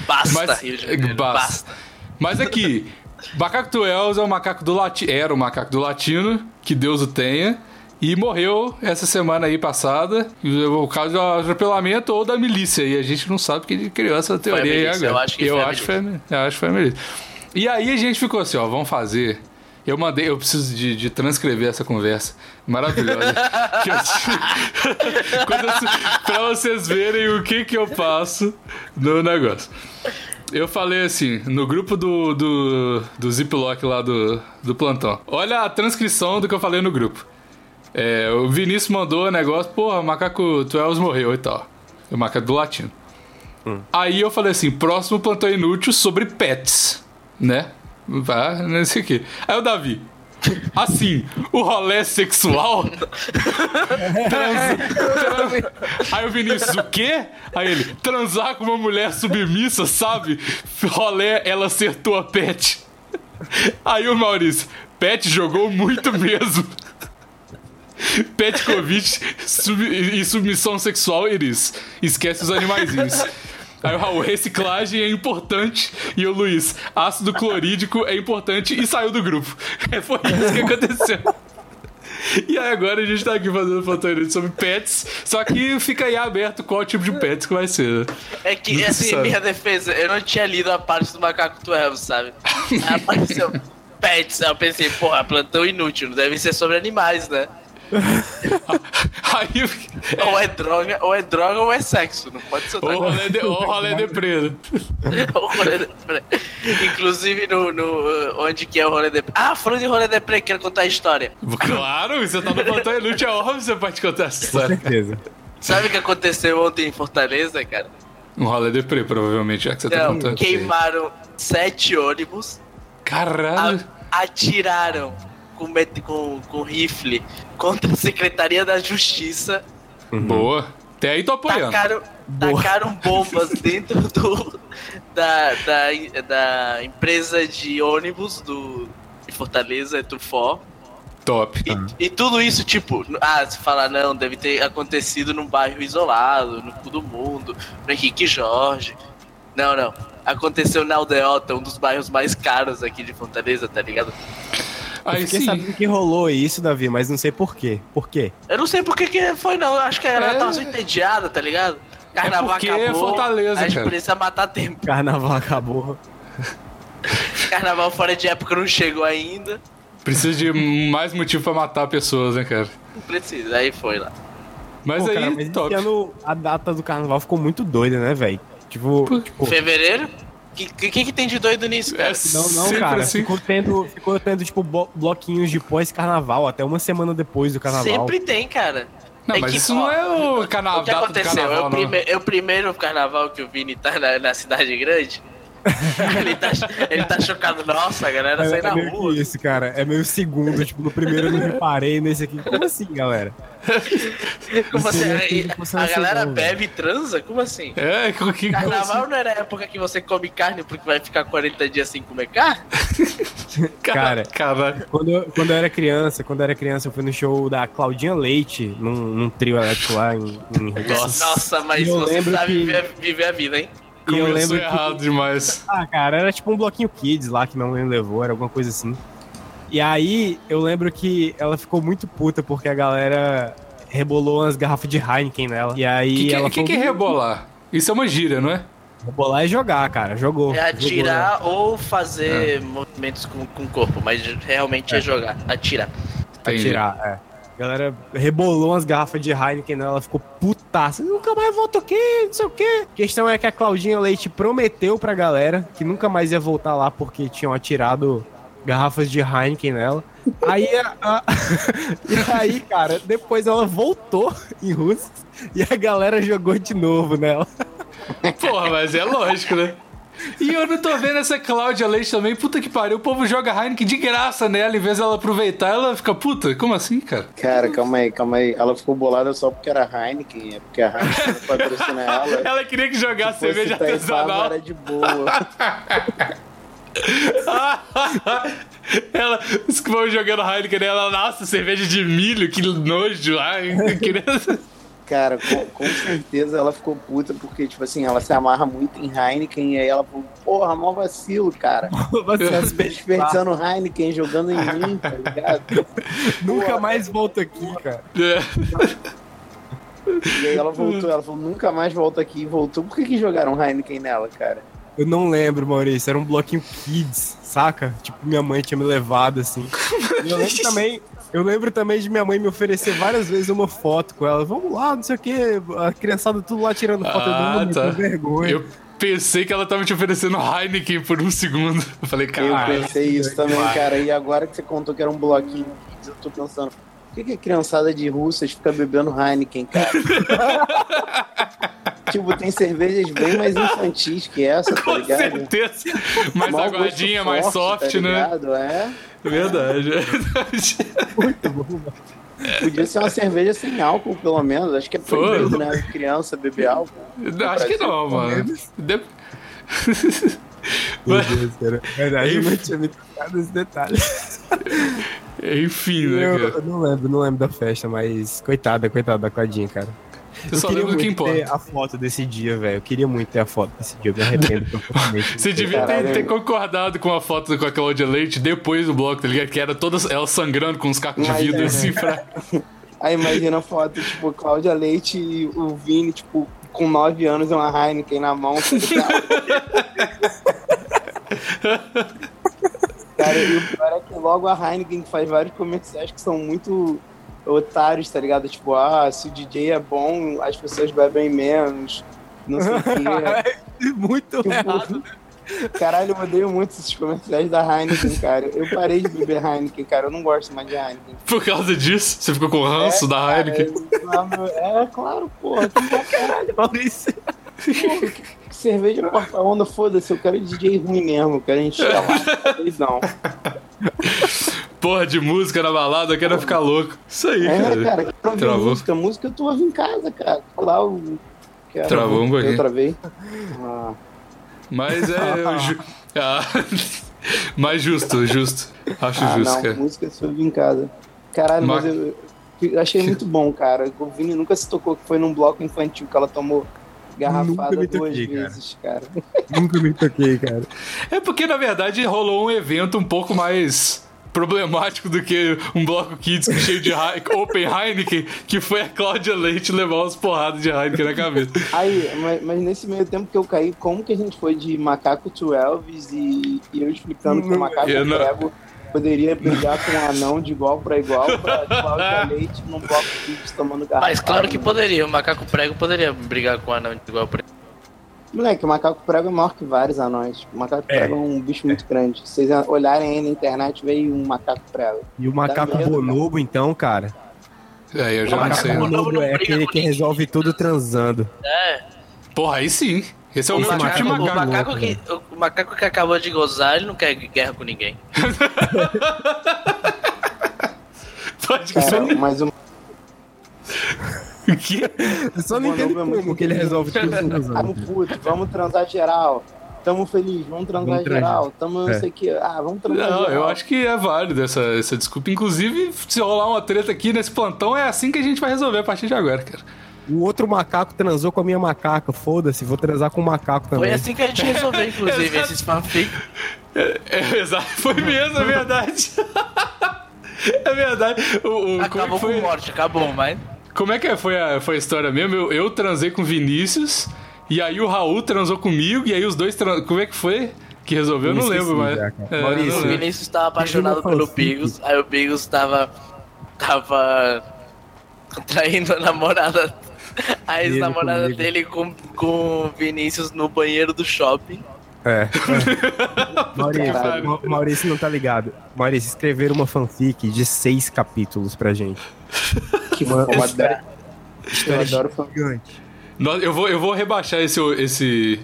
Speaker 5: Basta,
Speaker 4: Mas-
Speaker 5: Rio de Janeiro.
Speaker 4: basta.
Speaker 5: basta.
Speaker 4: Mas aqui, Macaco Twelves é o macaco do latino. Era o macaco do latino, que Deus o tenha. E morreu essa semana aí passada. E O caso do atropelamento ou da milícia. E a gente não sabe porque ele criou essa
Speaker 5: a
Speaker 4: teoria aí
Speaker 5: milícia,
Speaker 4: agora.
Speaker 5: eu acho que
Speaker 4: eu
Speaker 5: foi a
Speaker 4: acho que foi a mi- eu acho que foi a milícia. E aí a gente ficou assim, ó, vamos fazer. Eu mandei, eu preciso de, de transcrever essa conversa
Speaker 5: [laughs]
Speaker 4: maravilhosa. que eu tive. [laughs] Quando eu- pra vocês verem o que que eu passo no negócio. Eu falei assim, no grupo do, do, do Ziploc lá do, do plantão. Olha a transcrição do que eu falei no grupo. É, o Vinícius mandou o negócio, porra, o macaco Twelves morreu e tal. O macaco é do latino. Aí eu falei assim, próximo plantão inútil sobre pets, né? Vá nesse aqui. Aí o Davi, assim, o rolê sexual... Trans- trans- Aí o Vinícius, o quê? Aí ele, transar com uma mulher submissa, sabe? Rolê, ela acertou a pet. Aí o Maurício, pet jogou muito mesmo. Petkovic sub, e submissão sexual, Iris. Esquece os animaizinhos. Aí o Raul, reciclagem é importante. E o Luiz, ácido clorídrico é importante e saiu do grupo. [laughs] É, foi isso que aconteceu. E aí agora a gente tá aqui fazendo fantasia sobre pets, só que fica aí aberto qual tipo de pets que vai ser. né? [laughs]
Speaker 5: É que,
Speaker 4: Nunca
Speaker 5: assim,
Speaker 4: sabe.
Speaker 5: minha defesa, eu não tinha lido a parte do macaco Twelve,
Speaker 4: [laughs]
Speaker 5: sabe? Aí apareceu pets, aí eu pensei, porra, plantão é inútil, deve ser sobre animais, né?
Speaker 4: Aí é,
Speaker 5: Ou é droga, ou é droga, ou é sexo, não pode ser
Speaker 4: o
Speaker 5: outra
Speaker 4: rolê de, o rolê de preto.
Speaker 5: coisa. [laughs] Inclusive, no, no, onde que é o rolê de... Ah, falando de rolê de pre, quero contar a história.
Speaker 4: Claro, você tá no plantão inútil, é óbvio que você pode contar essa
Speaker 3: Com
Speaker 4: história.
Speaker 3: certeza.
Speaker 5: Sabe o que aconteceu ontem em Fortaleza, cara?
Speaker 4: Um rolê de pre, provavelmente, já que você tá
Speaker 5: Não,
Speaker 4: contando.
Speaker 5: queimaram sete ônibus,
Speaker 4: Caralho.
Speaker 5: a- atiraram com, met- com, com rifle contra a Secretaria da Justiça
Speaker 4: Boa. Até aí tô apoiando.
Speaker 5: tacaram, tacaram bombas dentro do, da, da, da empresa de ônibus do, de Fortaleza, Tufó.
Speaker 4: Top.
Speaker 5: E, e tudo isso, tipo, ah, se falar, não, deve ter acontecido num bairro isolado, no cu do mundo, no Henrique Jorge. Não, não. Aconteceu na Aldeota, um dos bairros mais caros aqui de Fortaleza, tá ligado?
Speaker 4: Aí
Speaker 3: Fiquei
Speaker 4: sim.
Speaker 3: sabendo que rolou isso, Davi, mas não sei por quê. Por quê?
Speaker 5: Eu não sei por que que foi, não. Eu acho que a galera
Speaker 4: É.
Speaker 5: tava só entediada, tá ligado? Carnaval
Speaker 4: porque é
Speaker 5: acabou.
Speaker 4: Fortaleza,
Speaker 5: a gente
Speaker 4: cara.
Speaker 5: precisa matar tempo.
Speaker 3: Carnaval acabou.
Speaker 5: Carnaval fora de época não chegou ainda.
Speaker 4: Precisa de mais motivo pra matar pessoas, né, cara?
Speaker 5: Não precisa. Aí foi lá.
Speaker 4: Mas
Speaker 3: Pô,
Speaker 4: aí,
Speaker 3: cara, mas é esse
Speaker 4: top.
Speaker 3: ano a data do carnaval ficou muito doida, né, velho? Tipo, tipo,
Speaker 5: Fevereiro? O que, que, que que tem de doido nisso,
Speaker 4: É
Speaker 5: cara?
Speaker 3: não, não,
Speaker 4: sempre
Speaker 3: cara.
Speaker 4: assim.
Speaker 3: Ficou tendo, ficou tendo, tipo, bo- bloquinhos de pós-carnaval, até uma semana depois do carnaval.
Speaker 5: Sempre tem, cara.
Speaker 4: Não,
Speaker 5: É
Speaker 4: mas
Speaker 5: que,
Speaker 4: isso
Speaker 5: ó,
Speaker 4: não é o, cana...
Speaker 5: O que
Speaker 4: data do
Speaker 5: aconteceu? é,
Speaker 4: carnaval,
Speaker 5: o
Speaker 4: não.
Speaker 5: prime- é o primeiro carnaval que o Vini tá na, na cidade grande. ele, tá, ele tá chocado. Nossa, a galera
Speaker 3: É,
Speaker 5: sai na
Speaker 3: é meio
Speaker 5: rua.
Speaker 3: que isso, cara. É meio segundo. Tipo, no primeiro eu não reparei, nesse aqui. Como assim, galera?
Speaker 5: Como
Speaker 3: Isso
Speaker 5: assim?
Speaker 3: não
Speaker 5: Aí
Speaker 3: tem como ser
Speaker 5: a
Speaker 3: assim,
Speaker 5: galera
Speaker 3: não,
Speaker 5: bebe e transa? Como assim?
Speaker 4: É, que, que,
Speaker 5: Carnaval não era a época que você come carne porque vai ficar 40 dias sem comer carne?
Speaker 3: Cara,
Speaker 4: Caralho.
Speaker 3: Quando eu, quando eu era criança, quando eu era criança, eu fui no show da Claudinha Leite, num, num trio elétrico lá em, em Rio.
Speaker 5: Nossa, mas
Speaker 3: eu
Speaker 5: você
Speaker 3: lembro
Speaker 5: sabe
Speaker 3: que-
Speaker 5: viver, viver a vida, hein?
Speaker 3: E eu
Speaker 4: Começou
Speaker 3: lembro que-
Speaker 4: errado demais.
Speaker 3: Ah, cara, era tipo um bloquinho kids lá que minha mãe levou, era alguma coisa assim. E aí eu lembro que ela ficou muito puta porque a galera rebolou umas garrafas de Heineken nela. E aí
Speaker 4: O que, que,
Speaker 3: ela
Speaker 4: que, que é
Speaker 3: falou,
Speaker 4: rebolar? Isso é uma gíria, não é?
Speaker 3: rebolar é jogar, cara, jogou.
Speaker 5: É
Speaker 3: jogou, né?
Speaker 5: atirar ou fazer movimentos com, com o corpo, mas realmente é, jogar, atirar.
Speaker 4: Entendi.
Speaker 3: atirar, é. A galera rebolou umas garrafas de Heineken nela, ela ficou putaça. Nunca mais volta aqui, não sei o quê. A questão é que a Claudinha Leite prometeu pra galera que nunca mais ia voltar lá porque tinham atirado garrafas de Heineken nela. Aí, a- a- [laughs] e aí, cara, depois ela voltou em Russo e a galera jogou de novo nela.
Speaker 4: [laughs] Porra, mas é lógico, né? E eu não tô vendo essa Cláudia Leite também. Puta que pariu, o povo joga Heineken de graça nela, em vez dela aproveitar, ela fica puta. Como assim, cara?
Speaker 2: Cara, calma aí, calma aí. Ela ficou bolada só porque era Heineken, é porque a Heineken não patrocina ela.
Speaker 4: Ela queria que jogasse
Speaker 2: Fosse
Speaker 4: cerveja
Speaker 2: Itaipava,
Speaker 4: artesanal.
Speaker 2: era de boa.
Speaker 4: [laughs] ela os que vão jogando Heineken nela, nossa, cerveja de milho, que nojo. Ai, eu queria-
Speaker 2: Cara, com, com certeza ela ficou puta porque, tipo assim, ela se amarra muito em Heineken e aí ela falou, porra, mó vacilo, cara.
Speaker 3: Você é as beijas-
Speaker 2: Desperdiçando Heineken, jogando em mim, tá ligado?
Speaker 3: nunca mais volta aqui, cara.
Speaker 4: [laughs] É.
Speaker 2: E aí ela voltou, ela falou, nunca mais volta aqui e voltou. Por que, que jogaram Heineken nela, cara?
Speaker 3: Eu não lembro, Maurício. Era um bloquinho kids, saca? Tipo, minha mãe tinha me levado, assim. E eu lembro também. Eu lembro também de minha mãe me oferecer várias vezes uma foto com ela. Vamos lá, não sei o quê. A criançada tudo lá tirando foto. eu
Speaker 4: Ah,
Speaker 3: não,
Speaker 4: tá.
Speaker 3: um com vergonha.
Speaker 4: Eu pensei que ela tava te oferecendo Heineken por um segundo. Eu falei,
Speaker 2: Eu
Speaker 4: caralho.
Speaker 2: pensei isso também, cara. E agora que você contou que era um bloquinho, eu tô pensando, por que, que a criançada de russas fica bebendo
Speaker 4: [laughs]
Speaker 2: Heineken, cara? tipo, tem cervejas bem mais infantis que essa, tá
Speaker 4: Com
Speaker 2: ligado?
Speaker 4: certeza. Mais
Speaker 2: Mau gosto
Speaker 4: aguadinha, mais
Speaker 2: forte,
Speaker 4: soft,
Speaker 2: tá
Speaker 4: né?
Speaker 2: ligado? É.
Speaker 4: Verdade, é verdade.
Speaker 2: Podia ser uma cerveja sem álcool, pelo menos. Acho que é proibido,
Speaker 4: Pô.
Speaker 2: né? Criança beber álcool.
Speaker 4: Não, acho que não, mano. De-
Speaker 3: Meu
Speaker 4: Mas-
Speaker 3: Deus, cara. Verdade, eu não tinha me tocado nesse detalhe.
Speaker 4: Enfim, né,
Speaker 3: Eu,
Speaker 4: cara?
Speaker 3: eu não lembro, não lembro da festa, mas coitada, coitada da Claudinha, cara.
Speaker 4: Eu só lembro do que importa.
Speaker 3: ter a foto desse dia, velho. Eu queria muito ter a foto desse dia. Eu me
Speaker 4: [laughs]
Speaker 3: arrependo profundamente.
Speaker 4: Você devia ter,
Speaker 2: Caralho.
Speaker 4: ter concordado com a foto com a Cláudia Leite depois do bloco, tá ligado? Que era toda ela sangrando com os cacos de
Speaker 2: Mas,
Speaker 4: vidro,
Speaker 2: é.
Speaker 4: assim, pra...
Speaker 2: Aí imagina a foto, tipo, Cláudia Leite e o Vini, tipo, com 9 anos e uma Heineken na mão. tá ligado? Cara, e o pior é que logo a Heineken faz vários comerciais que são muito otários, tá ligado? Tipo, ah, se o DJ é bom, as pessoas bebem menos, não sei o quê.
Speaker 3: [laughs]
Speaker 4: [laughs]
Speaker 3: muito
Speaker 2: Tipo,
Speaker 3: errado.
Speaker 2: Caralho, eu odeio muito esses comerciais da Heineken, cara. Eu parei de beber Heineken, cara. Eu não gosto mais de Heineken.
Speaker 4: Por causa disso, você ficou com ranço da
Speaker 2: Cara,
Speaker 4: Heineken.
Speaker 2: eu- É, claro, porra. Que,
Speaker 3: Maurício.
Speaker 2: que [laughs] cerveja porta-onda, foda-se. Eu quero DJ ruim mesmo. Eu quero encher a
Speaker 4: [laughs]
Speaker 2: gente lá. Não.
Speaker 4: Porra de música na balada, eu quero ficar louco. Isso aí,
Speaker 2: É,
Speaker 4: cara.
Speaker 2: cara, eu quero ouvir
Speaker 4: Travou.
Speaker 2: música. Música eu tô ouvindo em casa, cara. Sei lá, eu quero...
Speaker 4: Travou um
Speaker 2: Eu
Speaker 4: pouquinho. [laughs]
Speaker 2: travei. Ah,
Speaker 4: Mas é.
Speaker 2: [laughs]
Speaker 4: eu ju- Ah, [laughs] mas justo, justo. Acho
Speaker 2: ah,
Speaker 4: justo,
Speaker 2: não.
Speaker 4: cara.
Speaker 2: Música eu ouvi em casa. Caralho, mas
Speaker 4: Ma-
Speaker 2: eu, eu achei muito bom, cara. O Vini nunca se tocou que foi num bloco infantil que ela tomou garrafada
Speaker 3: Nunca me
Speaker 2: duas
Speaker 3: toquei, cara.
Speaker 2: vezes, cara.
Speaker 3: Nunca me toquei, cara.
Speaker 4: É porque, na verdade, rolou um evento um pouco mais problemático do que um bloco Kids que cheio de
Speaker 2: [laughs]
Speaker 4: Hei- Open Heineken, que foi a Cláudia Leite levar umas porradas de Heineken na cabeça.
Speaker 2: Aí, mas, mas nesse meio tempo que eu caí, como que a gente foi de macaco to Elvis e, e eu explicando que o macaco
Speaker 4: eu não-
Speaker 2: prego poderia brigar com um anão de igual pra igual pra Cláudia Leite num bloco de vídeo tomando garrafa.
Speaker 5: Mas claro que poderia, o macaco prego poderia brigar com o anão igual pra ele.
Speaker 2: Moleque, o macaco prego é maior que vários anões. O macaco prego é um bicho muito grande. Se vocês olharem aí na internet, veio um macaco prego.
Speaker 3: E o macaco
Speaker 2: medo,
Speaker 3: bonobo, então, cara.
Speaker 4: Aí eu já
Speaker 3: O
Speaker 4: não
Speaker 3: macaco
Speaker 4: sei. né?
Speaker 3: bonobo é aquele que resolve tudo transando.
Speaker 5: É.
Speaker 4: Porra, aí sim. Esse é o
Speaker 5: O
Speaker 4: meu tipo de
Speaker 5: macaco, o,
Speaker 4: macaco.
Speaker 5: macaco que, o macaco que acabou de gozar, ele não quer guerra com ninguém.
Speaker 4: Pode que
Speaker 2: Cara, mas o
Speaker 4: o quê?
Speaker 3: Eu só não
Speaker 2: Bonobo
Speaker 3: entendo
Speaker 2: é muito
Speaker 3: como que ele resolve tudo
Speaker 2: Tamo
Speaker 3: transando.
Speaker 2: puto, vamos transar geral. Tamo feliz, vamos transar
Speaker 3: Vamos transar.
Speaker 2: geral. Tamo não
Speaker 3: É.
Speaker 2: sei o que. Ah, vamos transar
Speaker 4: Não,
Speaker 2: geral.
Speaker 4: eu acho que é válido essa, essa desculpa. Inclusive, se rolar uma treta aqui nesse plantão, é assim que a gente vai resolver a partir de agora, cara.
Speaker 3: O outro macaco transou com a minha macaca. Foda-se, vou transar com o macaco também.
Speaker 5: Foi assim que a gente resolveu, inclusive, esses fanfic.
Speaker 4: É, é, [laughs] exato, foi mesmo, é verdade. [laughs] É verdade. O, o- como, é que
Speaker 5: Acabou
Speaker 4: foi,
Speaker 5: com morte, acabou, mas.
Speaker 4: como é que foi a, foi a história mesmo? Eu, eu transei com o Vinícius, e aí o Raul transou comigo, e aí os dois tran- Como é que foi? Que resolveu, eu não
Speaker 3: Esqueci
Speaker 4: lembro, mas.
Speaker 3: já, cara.
Speaker 4: É,
Speaker 3: Maurício,
Speaker 4: não
Speaker 5: O
Speaker 3: Sim.
Speaker 4: lembro.
Speaker 5: Vinícius tava apaixonado
Speaker 3: Imagina
Speaker 5: pelo
Speaker 3: fanfic.
Speaker 5: Bigos, aí o Bigos tava. tava. traindo a namorada. A
Speaker 3: ele
Speaker 5: ex-namorada
Speaker 3: comigo.
Speaker 5: dele com, com o Vinícius no banheiro do shopping.
Speaker 3: É. Maurício,
Speaker 4: Caralho.
Speaker 3: Ma- Maurício não tá ligado. Maurício, escreveram uma fanfic de seis capítulos pra gente.
Speaker 2: que foda. Eu adoro, eu adoro fanfic.
Speaker 3: Gigante.
Speaker 4: Nossa, eu, vou, eu vou rebaixar esse, esse,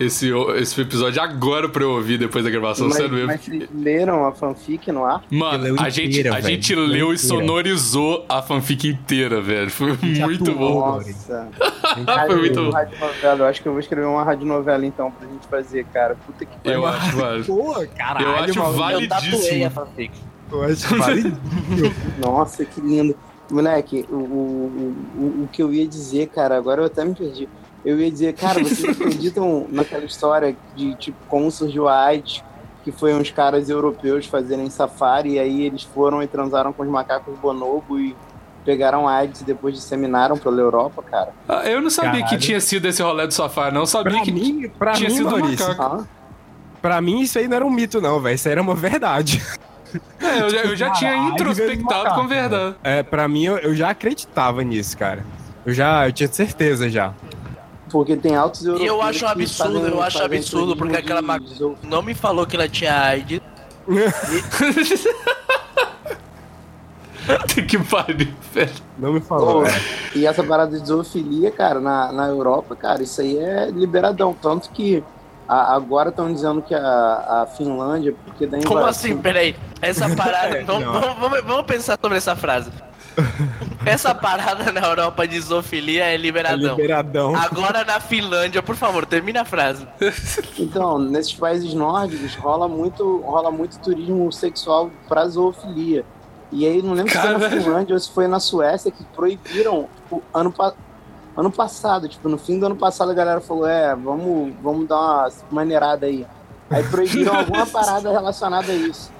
Speaker 4: esse, esse episódio agora pra eu ouvir depois da gravação,
Speaker 2: Mas,
Speaker 4: sério mesmo.
Speaker 2: mas vocês leram a fanfic no ar?
Speaker 3: Leu
Speaker 4: Mano, a
Speaker 3: inteira,
Speaker 4: gente, a
Speaker 3: velho.
Speaker 4: gente
Speaker 3: Leu
Speaker 4: leu e
Speaker 3: inteira.
Speaker 4: sonorizou a fanfic inteira, velho. Foi muito bom.
Speaker 3: atuou.
Speaker 2: Nossa.
Speaker 4: [laughs] Foi muito bom.
Speaker 2: Radionovela. Eu acho que eu vou escrever uma radionovela então pra gente fazer, cara. Puta que
Speaker 4: Eu acho, mano.
Speaker 3: Pô, caralho,
Speaker 4: Eu acho
Speaker 3: Maurício.
Speaker 5: Eu tatuei a
Speaker 4: validíssimo.
Speaker 5: fanfic.
Speaker 3: Eu acho validíssimo.
Speaker 2: Nossa, que lindo. Moleque, o, o, o, o que eu ia dizer, cara, agora eu até me perdi. Eu ia dizer, cara,
Speaker 4: [laughs]
Speaker 2: vocês acreditam naquela história de tipo como surgiu a AIDS, que foi uns caras europeus fazerem safari, e aí eles foram e transaram com os macacos bonobo e pegaram AIDS e depois disseminaram pela Europa, cara.
Speaker 4: Ah, Eu não sabia que
Speaker 3: Caralho.
Speaker 4: tinha sido esse rolê do safari, não. Eu sabia
Speaker 3: Pra
Speaker 4: que.
Speaker 3: mim, pra
Speaker 4: tinha
Speaker 3: mim,
Speaker 4: sido um
Speaker 3: Maurício,
Speaker 4: macaco.
Speaker 2: Ah,
Speaker 3: pra mim isso aí não era um mito, não, velho. Isso aí era uma verdade.
Speaker 4: É, eu já, eu já tinha
Speaker 3: Caralho, veio do
Speaker 4: introspectado
Speaker 3: macaco,
Speaker 4: com verdade. [laughs]
Speaker 3: É, pra mim, eu, eu já acreditava nisso, cara. Eu já, eu tinha certeza já. [laughs]
Speaker 2: porque tem altos
Speaker 5: E
Speaker 2: europeus.
Speaker 5: eu acho um
Speaker 2: que
Speaker 5: absurdo,
Speaker 2: fazem-
Speaker 5: eu acho
Speaker 2: fazem
Speaker 5: absurdo, porque aquela
Speaker 2: turismo de-
Speaker 5: ma-
Speaker 2: de-
Speaker 5: Não me falou que ela tinha AIDS.
Speaker 4: que pariu, velho.
Speaker 3: Não me
Speaker 2: Pô,
Speaker 3: falou. né? velho.
Speaker 2: e essa parada de zoofilia, cara, na, na Europa, cara, isso aí é liberadão. Tanto que a- agora estão dizendo que a, a Finlândia, porque daí
Speaker 5: Como assim? Peraí. Essa
Speaker 3: [laughs]
Speaker 5: parada. vamos,
Speaker 3: Não.
Speaker 5: vamos- vamos- vamos pensar sobre essa frase. Essa parada na Europa de zoofilia é
Speaker 3: É
Speaker 5: liberadão. Ah,
Speaker 3: liberadão.
Speaker 5: Agora na Finlândia, por favor, termina a frase.
Speaker 2: Então, nesses países nórdicos rola muito, rola muito turismo sexual pra zoofilia. E aí, não lembro se foi
Speaker 4: Caralho.
Speaker 2: na Finlândia ou se foi na Suécia que proibiram, tipo, ano, pa- ano passado, tipo, no fim do ano passado a galera falou, é, vamos, vamos dar uma maneirada aí. Aí
Speaker 5: [laughs]
Speaker 2: proibiram alguma parada relacionada a isso.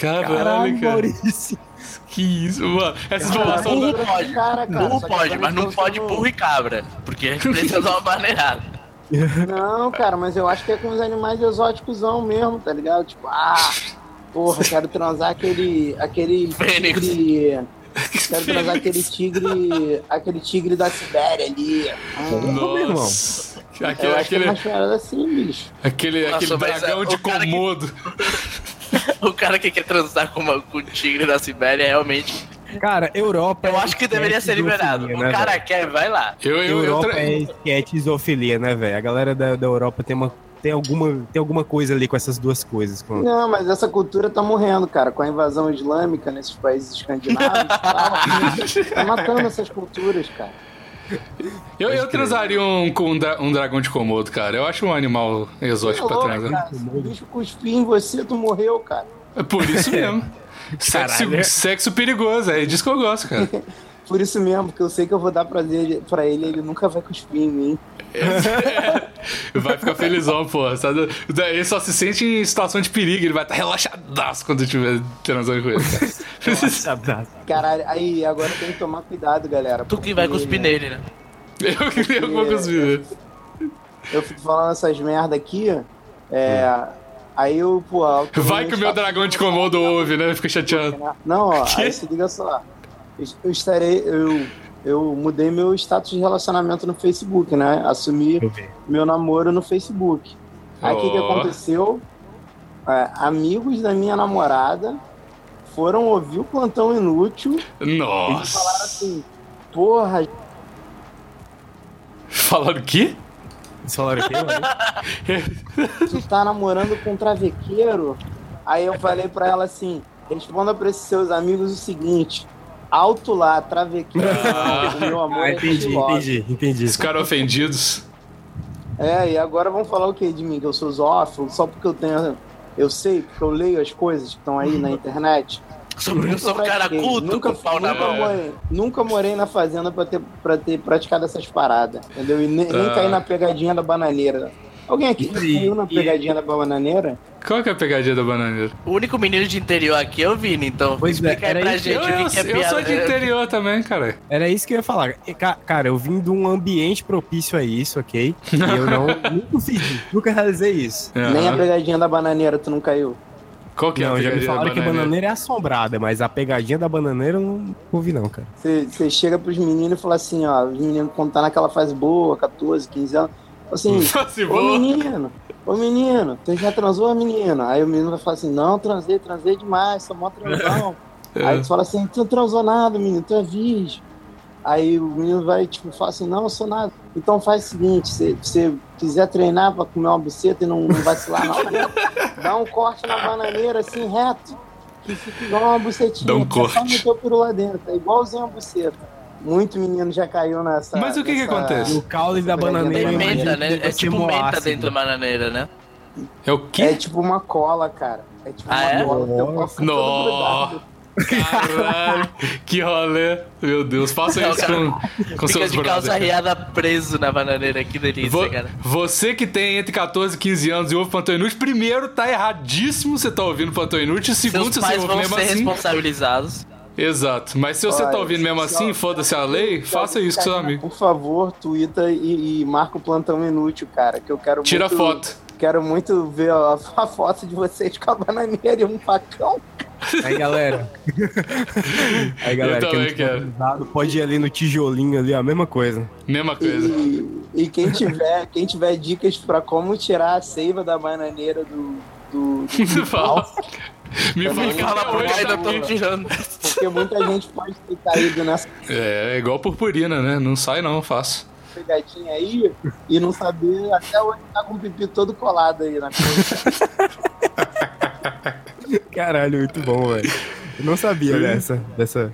Speaker 4: Caralho,
Speaker 3: Caralho,
Speaker 4: cara.
Speaker 3: Maurício.
Speaker 4: Que isso, mano. Essa
Speaker 2: Cara,
Speaker 4: informação
Speaker 5: Burro
Speaker 4: da.
Speaker 2: cara,
Speaker 5: pode,
Speaker 2: cara, cara,
Speaker 5: burro
Speaker 2: só que
Speaker 5: pode,
Speaker 2: agora
Speaker 5: mas não
Speaker 2: eles
Speaker 5: pode
Speaker 2: tão-
Speaker 5: burro e cabra. Porque a gente precisa
Speaker 3: [laughs]
Speaker 5: dar uma maneirada.
Speaker 2: Não, cara, mas eu acho que é com os animais exóticos mesmo, tá ligado? Tipo, ah, porra, quero transar aquele. aquele
Speaker 5: Fênix.
Speaker 2: tigre. Quero transar aquele tigre. aquele tigre da Sibéria ali. Hum,
Speaker 3: Ô, meu irmão.
Speaker 4: Nossa. Aquele,
Speaker 2: eu acho que é
Speaker 4: aquele,
Speaker 2: mais parada assim, bicho.
Speaker 4: aquele,
Speaker 5: Nossa,
Speaker 4: aquele
Speaker 5: mas,
Speaker 4: dragão
Speaker 5: é,
Speaker 4: de
Speaker 5: o cara que-
Speaker 4: Komodo.
Speaker 5: O cara que quer transar com, uma, com o tigre da Sibéria, é realmente.
Speaker 3: Cara, Europa.
Speaker 5: Eu
Speaker 3: é
Speaker 5: acho que deveria ser
Speaker 3: esquete
Speaker 5: liberado.
Speaker 3: zoofilia,
Speaker 5: O
Speaker 3: né,
Speaker 5: cara
Speaker 3: velho?
Speaker 5: quer, vai lá.
Speaker 4: Eu, eu, eu,
Speaker 3: Europa
Speaker 4: tra-
Speaker 3: é esquete e zoofilia, né, velho? A galera da, da Europa tem, uma, tem, alguma, tem alguma coisa ali com essas duas coisas. com-
Speaker 2: Não, mas essa cultura tá morrendo, cara. Com a invasão islâmica nesses países escandinavos
Speaker 4: [laughs]
Speaker 2: e tal, tá matando essas culturas, cara.
Speaker 4: eu, eu transaria um, com um, dra- um dragão de Komodo, cara. Eu acho um animal exótico pra
Speaker 2: Tá louco,
Speaker 4: transar.
Speaker 2: cara. Se o bicho cuspir em você, tu morreu, cara.
Speaker 4: É por isso mesmo. sexo,
Speaker 3: Caralho.
Speaker 4: sexo perigoso, é disso que eu gosto, cara.
Speaker 2: Por isso mesmo, porque eu sei que eu vou dar prazer pra ele, ele nunca vai cuspir em mim.
Speaker 4: Vai ficar felizão, porra. sabe? Daí Ele só se sente em situação de perigo, ele vai estar relaxadaço quando tiver transando com ele. Cara.
Speaker 2: Caralho, aí, agora tem que tomar cuidado, galera.
Speaker 5: Tu que vai cuspir
Speaker 4: é.
Speaker 5: nele, né?
Speaker 4: [laughs] eu queria alguma coisa assim.
Speaker 2: Eu fico falando essas merda aqui, é. Aí eu, pô.
Speaker 4: Vai que o meu dragão de Komodo ouve, né? Fica chateado.
Speaker 2: Não, ó, aí se liga só. Eu- Eu estarei. Eu, eu mudei meu status de relacionamento no Facebook, né? Assumi
Speaker 3: Eu vi.
Speaker 2: meu namoro no Facebook. Aí o que, que
Speaker 4: Ó.
Speaker 2: aconteceu? É, amigos da minha namorada foram ouvir o plantão inútil e
Speaker 4: Nossa.
Speaker 2: falaram assim: Porra,
Speaker 4: Falaram o quê?
Speaker 3: Eles falaram [laughs] né? aqui, mano.
Speaker 2: tu tá namorando com um travequeiro? Aí eu falei pra ela assim: responda pra esses seus amigos o seguinte. Alto
Speaker 3: [laughs]
Speaker 2: lá, travequeiro,
Speaker 4: Ah.
Speaker 2: o meu amor
Speaker 3: Ah,
Speaker 2: é
Speaker 3: entendi,
Speaker 2: Xbox."
Speaker 3: entendi, entendi.
Speaker 4: Os caras ofendidos.
Speaker 2: É, e agora vão falar o que de mim? Que eu sou zoófilo, só porque eu tenho. Eu sei, porque eu leio as coisas que
Speaker 3: [laughs]
Speaker 2: estão aí na internet.
Speaker 5: Só porque eu sou um cara
Speaker 2: Pratiquei,
Speaker 5: culto com
Speaker 2: nunca,
Speaker 5: o pau na
Speaker 2: nunca
Speaker 5: mão.
Speaker 2: morei, nunca morei na fazenda pra ter, pra ter praticado essas paradas, entendeu? E nem, nem
Speaker 4: Ah.
Speaker 2: caí na pegadinha da bananeira. Alguém aqui já
Speaker 3: E-
Speaker 2: caiu na
Speaker 3: e-
Speaker 2: pegadinha da bananeira?
Speaker 4: Qual que é a pegadinha da bananeira?
Speaker 5: O único menino de interior aqui é o Vini, então
Speaker 3: Pois é,
Speaker 5: explica aí
Speaker 3: era
Speaker 5: pra
Speaker 3: isso
Speaker 5: gente
Speaker 4: eu,
Speaker 5: o que
Speaker 4: eu-
Speaker 5: que, é
Speaker 4: eu
Speaker 5: piada.
Speaker 4: sou de interior também, cara.
Speaker 3: Era isso que eu ia falar. E, ca- Cara, eu vim de um ambiente propício a isso, ok? E eu [laughs] não nunca fiz, isso, nunca realizei isso.
Speaker 2: Nem é a
Speaker 4: Aham.
Speaker 2: pegadinha da bananeira tu não caiu.
Speaker 4: Qual que é a
Speaker 3: Não, já me
Speaker 4: pegadinha da
Speaker 3: falaram que a
Speaker 4: bananeira?
Speaker 3: bananeira é assombrada, mas a pegadinha da bananeira eu não ouvi, não, cara.
Speaker 2: Você você chega pros meninos e fala assim, ó, os meninos quando tá naquela fase boa, 14, 15 anos, fala
Speaker 4: Hum.
Speaker 2: assim,
Speaker 4: [laughs] Fase
Speaker 2: Ô
Speaker 4: boa.
Speaker 2: menino, ô menino, você já transou, menino? Aí o menino vai falar assim, não, transei, transei demais, sou mó transão.
Speaker 4: É.
Speaker 2: Aí tu fala assim, tu não transou nada, menino, tu é virgem. Aí o menino vai, tipo, fala assim, não, eu sou nada. Então faz o seguinte, se você quiser treinar pra comer uma buceta e não, não vacilar não, dá um corte na bananeira, assim, reto, que fica igual uma bucetinha.
Speaker 4: Dá um
Speaker 2: que é Só
Speaker 4: corte.
Speaker 2: meter o peru lá dentro, é igualzinho a buceta. Muito menino já caiu nessa...
Speaker 4: Mas o que que
Speaker 2: nessa-
Speaker 4: acontece?
Speaker 3: O caule da
Speaker 5: É
Speaker 3: bananeira. eu imagino
Speaker 5: menta,
Speaker 3: que um
Speaker 5: né?
Speaker 3: deve
Speaker 5: É
Speaker 3: ser
Speaker 5: tipo menta
Speaker 3: moácido.
Speaker 5: dentro da bananeira, né?
Speaker 4: É o quê?
Speaker 2: É tipo uma cola, cara. É tipo
Speaker 5: Ah,
Speaker 2: uma
Speaker 5: é?
Speaker 2: cola. Teu pau fica todo
Speaker 4: Nó!
Speaker 2: grudado.
Speaker 4: Caralho! Que rolê! Meu Deus, faça isso com, com
Speaker 5: Fica
Speaker 4: seus
Speaker 5: de calça
Speaker 4: brothers. né?
Speaker 5: riada preso na bananeira, que delícia,
Speaker 4: Vo-
Speaker 5: cara.
Speaker 4: você que tem entre 14 e 15 anos e ouve Plantão Inútil, primeiro, tá erradíssimo você tá ouvindo Plantão Inútil. Segundo,
Speaker 5: Seus
Speaker 4: se você
Speaker 5: pais
Speaker 4: ouve
Speaker 5: vão
Speaker 4: mesmo
Speaker 5: ser
Speaker 4: assim.
Speaker 5: responsabilizados.
Speaker 4: Exato. Mas se você
Speaker 2: Olha,
Speaker 4: tá ouvindo mesmo
Speaker 2: se-
Speaker 4: assim, foda-se a lei, faça isso com seus amigos.
Speaker 2: Por favor, twitta e, e marca o plantão inútil, cara. Que eu quero
Speaker 4: Tira
Speaker 2: muito.
Speaker 4: foto.
Speaker 2: Quero muito ver a, a foto de vocês com a bananeira e um facão.
Speaker 3: Aí,
Speaker 5: [laughs]
Speaker 3: galera. Aí, galera,
Speaker 4: Eu também
Speaker 3: que
Speaker 4: quero.
Speaker 3: quero. Pode ir ali no tijolinho ali, ó, a mesma coisa. [laughs]
Speaker 4: Mesma
Speaker 2: [laughs]
Speaker 4: coisa.
Speaker 2: E, e quem, tiver, quem tiver dicas pra como tirar a seiva da bananeira do. do,
Speaker 4: [laughs]
Speaker 2: do
Speaker 4: Fala.
Speaker 2: pau,
Speaker 4: Me
Speaker 2: É
Speaker 4: fala
Speaker 5: Vem
Speaker 4: que
Speaker 5: falar
Speaker 4: até
Speaker 5: pro
Speaker 4: hoje
Speaker 5: cara
Speaker 4: tá
Speaker 5: da tô
Speaker 4: aqui.
Speaker 5: tirando.
Speaker 2: porque muita gente pode ter caído nessa
Speaker 4: É, é igual purpurina, né? Não sai não, faço.
Speaker 2: pegadinha aí e não saber até hoje tá com o pipi todo colado aí na coisa.
Speaker 4: [laughs]
Speaker 3: Caralho, muito bom, velho. Eu não sabia dessa. dessa.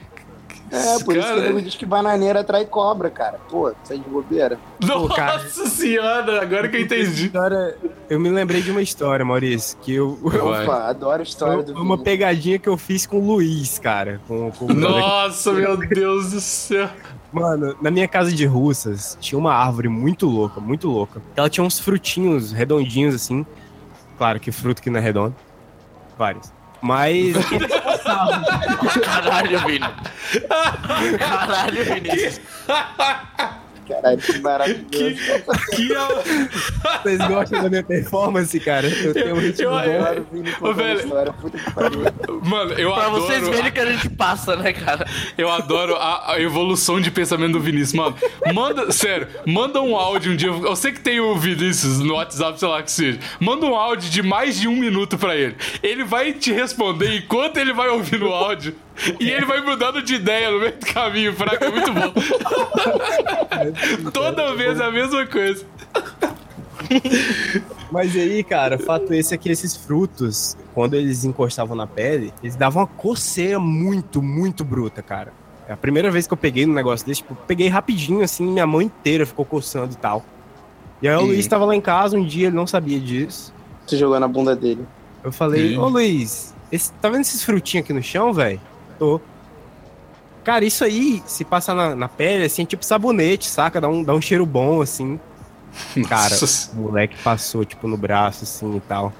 Speaker 2: É, por isso
Speaker 4: Cara,
Speaker 2: que ele diz que bananeira atrai cobra, cara. Pô, você é de bobeira.
Speaker 4: [laughs] Nossa
Speaker 3: cara.
Speaker 4: senhora, agora que eu entendi.
Speaker 3: História, eu me lembrei de uma história, Maurício, que eu.
Speaker 4: Vai.
Speaker 2: Opa, adoro a história do
Speaker 3: Foi É uma
Speaker 2: Vini.
Speaker 3: pegadinha que eu fiz com o Luiz, cara. Com, com o brother
Speaker 4: Nossa, meu Deus do céu.
Speaker 3: Mano, na minha casa de russas tinha uma árvore muito louca, muito louca. Ela tinha uns frutinhos redondinhos assim. Claro que fruto que não é redondo. Vários. Mas [laughs]
Speaker 5: Caralho, Vini.
Speaker 4: [laughs]
Speaker 5: Caralho, Vini.
Speaker 2: Caralho, que
Speaker 4: [laughs]
Speaker 2: maravilhoso.
Speaker 4: Que, que
Speaker 3: vocês gostam da minha performance, cara? Eu tenho um ritmo
Speaker 4: Eu- eu-
Speaker 3: bom.
Speaker 2: Adoro o Vini contando
Speaker 4: Ô, velho.
Speaker 2: história. Puta que pariu.
Speaker 4: Mano, eu
Speaker 5: Pra
Speaker 4: adoro.
Speaker 5: vocês verem o que a gente passa, né, cara?
Speaker 4: Eu adoro a, a evolução de pensamento do Vinícius, mano. Manda, sério, manda um áudio um dia. Eu sei que tem o Vinícius no WhatsApp, sei lá que seja. Manda um áudio de mais de um minuto pra ele. Ele vai te responder enquanto ele vai ouvindo o áudio. E ele vai mudando de ideia no meio do caminho, fraco. É muito bom. Toda vez a mesma coisa.
Speaker 3: Mas aí, cara, o fato esse é que esses frutos, quando eles encostavam na pele, eles davam uma coceira muito, muito bruta, cara. É A primeira vez que eu peguei no negócio desse, tipo, peguei rapidinho, assim, minha mão inteira ficou coçando e tal. E aí o
Speaker 4: Ih.
Speaker 3: Luiz tava lá em casa um dia, ele não sabia disso.
Speaker 2: Tu jogou na bunda dele.
Speaker 3: Eu falei,
Speaker 4: Ih.
Speaker 3: ô Luiz, esse- tá vendo esses frutinhos aqui no chão, velho? Tô. [laughs] Cara, isso aí, se passar na, na pele, assim, é tipo sabonete, saca? Dá um, dá um cheiro bom, assim. Cara,
Speaker 4: Nossa.
Speaker 3: o moleque passou, tipo, no braço, assim, e tal.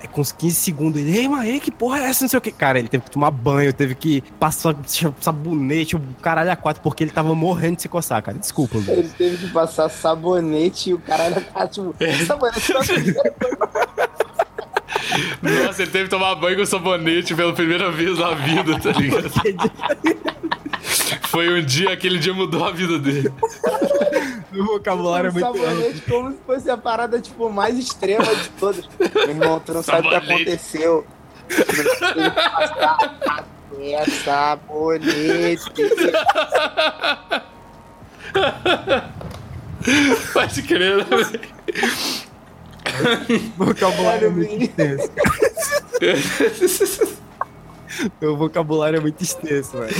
Speaker 3: Aí com uns 15 segundos, ele, ei, mas ei, que porra é essa, não sei o que. Cara, ele teve que tomar banho, teve que passar sa- sabonete, o caralho a quatro, porque ele tava morrendo de se coçar, cara. Desculpa, [laughs] Lucas.
Speaker 2: Ele teve que passar sabonete e o caralho [laughs] tá tipo.
Speaker 4: É.
Speaker 2: Sabonete
Speaker 4: [laughs] Nossa, ele teve que tomar banho com sabonete pela primeira vez na vida, tá ligado? Foi um dia, aquele dia mudou a vida dele.
Speaker 3: O vocabulário é muito amplo.
Speaker 2: sabonete como se fosse a parada tipo, mais extrema de todas. Meu irmão, tu não sabe o que
Speaker 4: Sabonete.
Speaker 2: aconteceu. Tu teve que passar até sabonete.
Speaker 4: Pode crer, né? velho?
Speaker 3: O vocabulário é muito
Speaker 2: menino.
Speaker 3: extenso. O vocabulário é muito extenso, velho.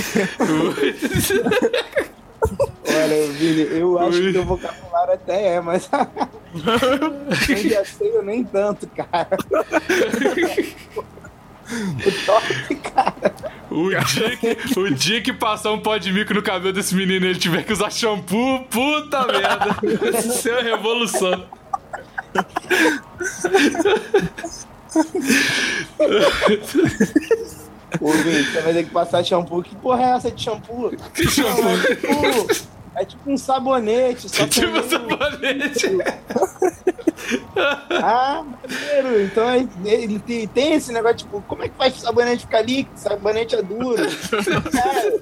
Speaker 2: Olha, Vini, eu acho que o vocabulário até
Speaker 4: [laughs]
Speaker 2: é, mas. nem já sei, eu nem tanto, cara. [laughs] o top, cara.
Speaker 4: O dia, que, o dia que passar um pó de mico no cabelo desse menino e ele tiver que usar shampoo, puta merda. Isso é uma revolução.
Speaker 2: Ô, Vini, você vai ter que passar shampoo. Que porra é essa de shampoo?
Speaker 4: Que
Speaker 2: Não, é
Speaker 4: shampoo?
Speaker 2: tipo. É tipo um sabonete, só que.
Speaker 4: Tipo
Speaker 2: meio-
Speaker 4: sabonete.
Speaker 2: Ah, maneiro. Então é- ele tem, tem esse negócio, tipo, como é que faz o sabonete ficar líquido? Sabonete é duro.
Speaker 4: [laughs]
Speaker 2: cara,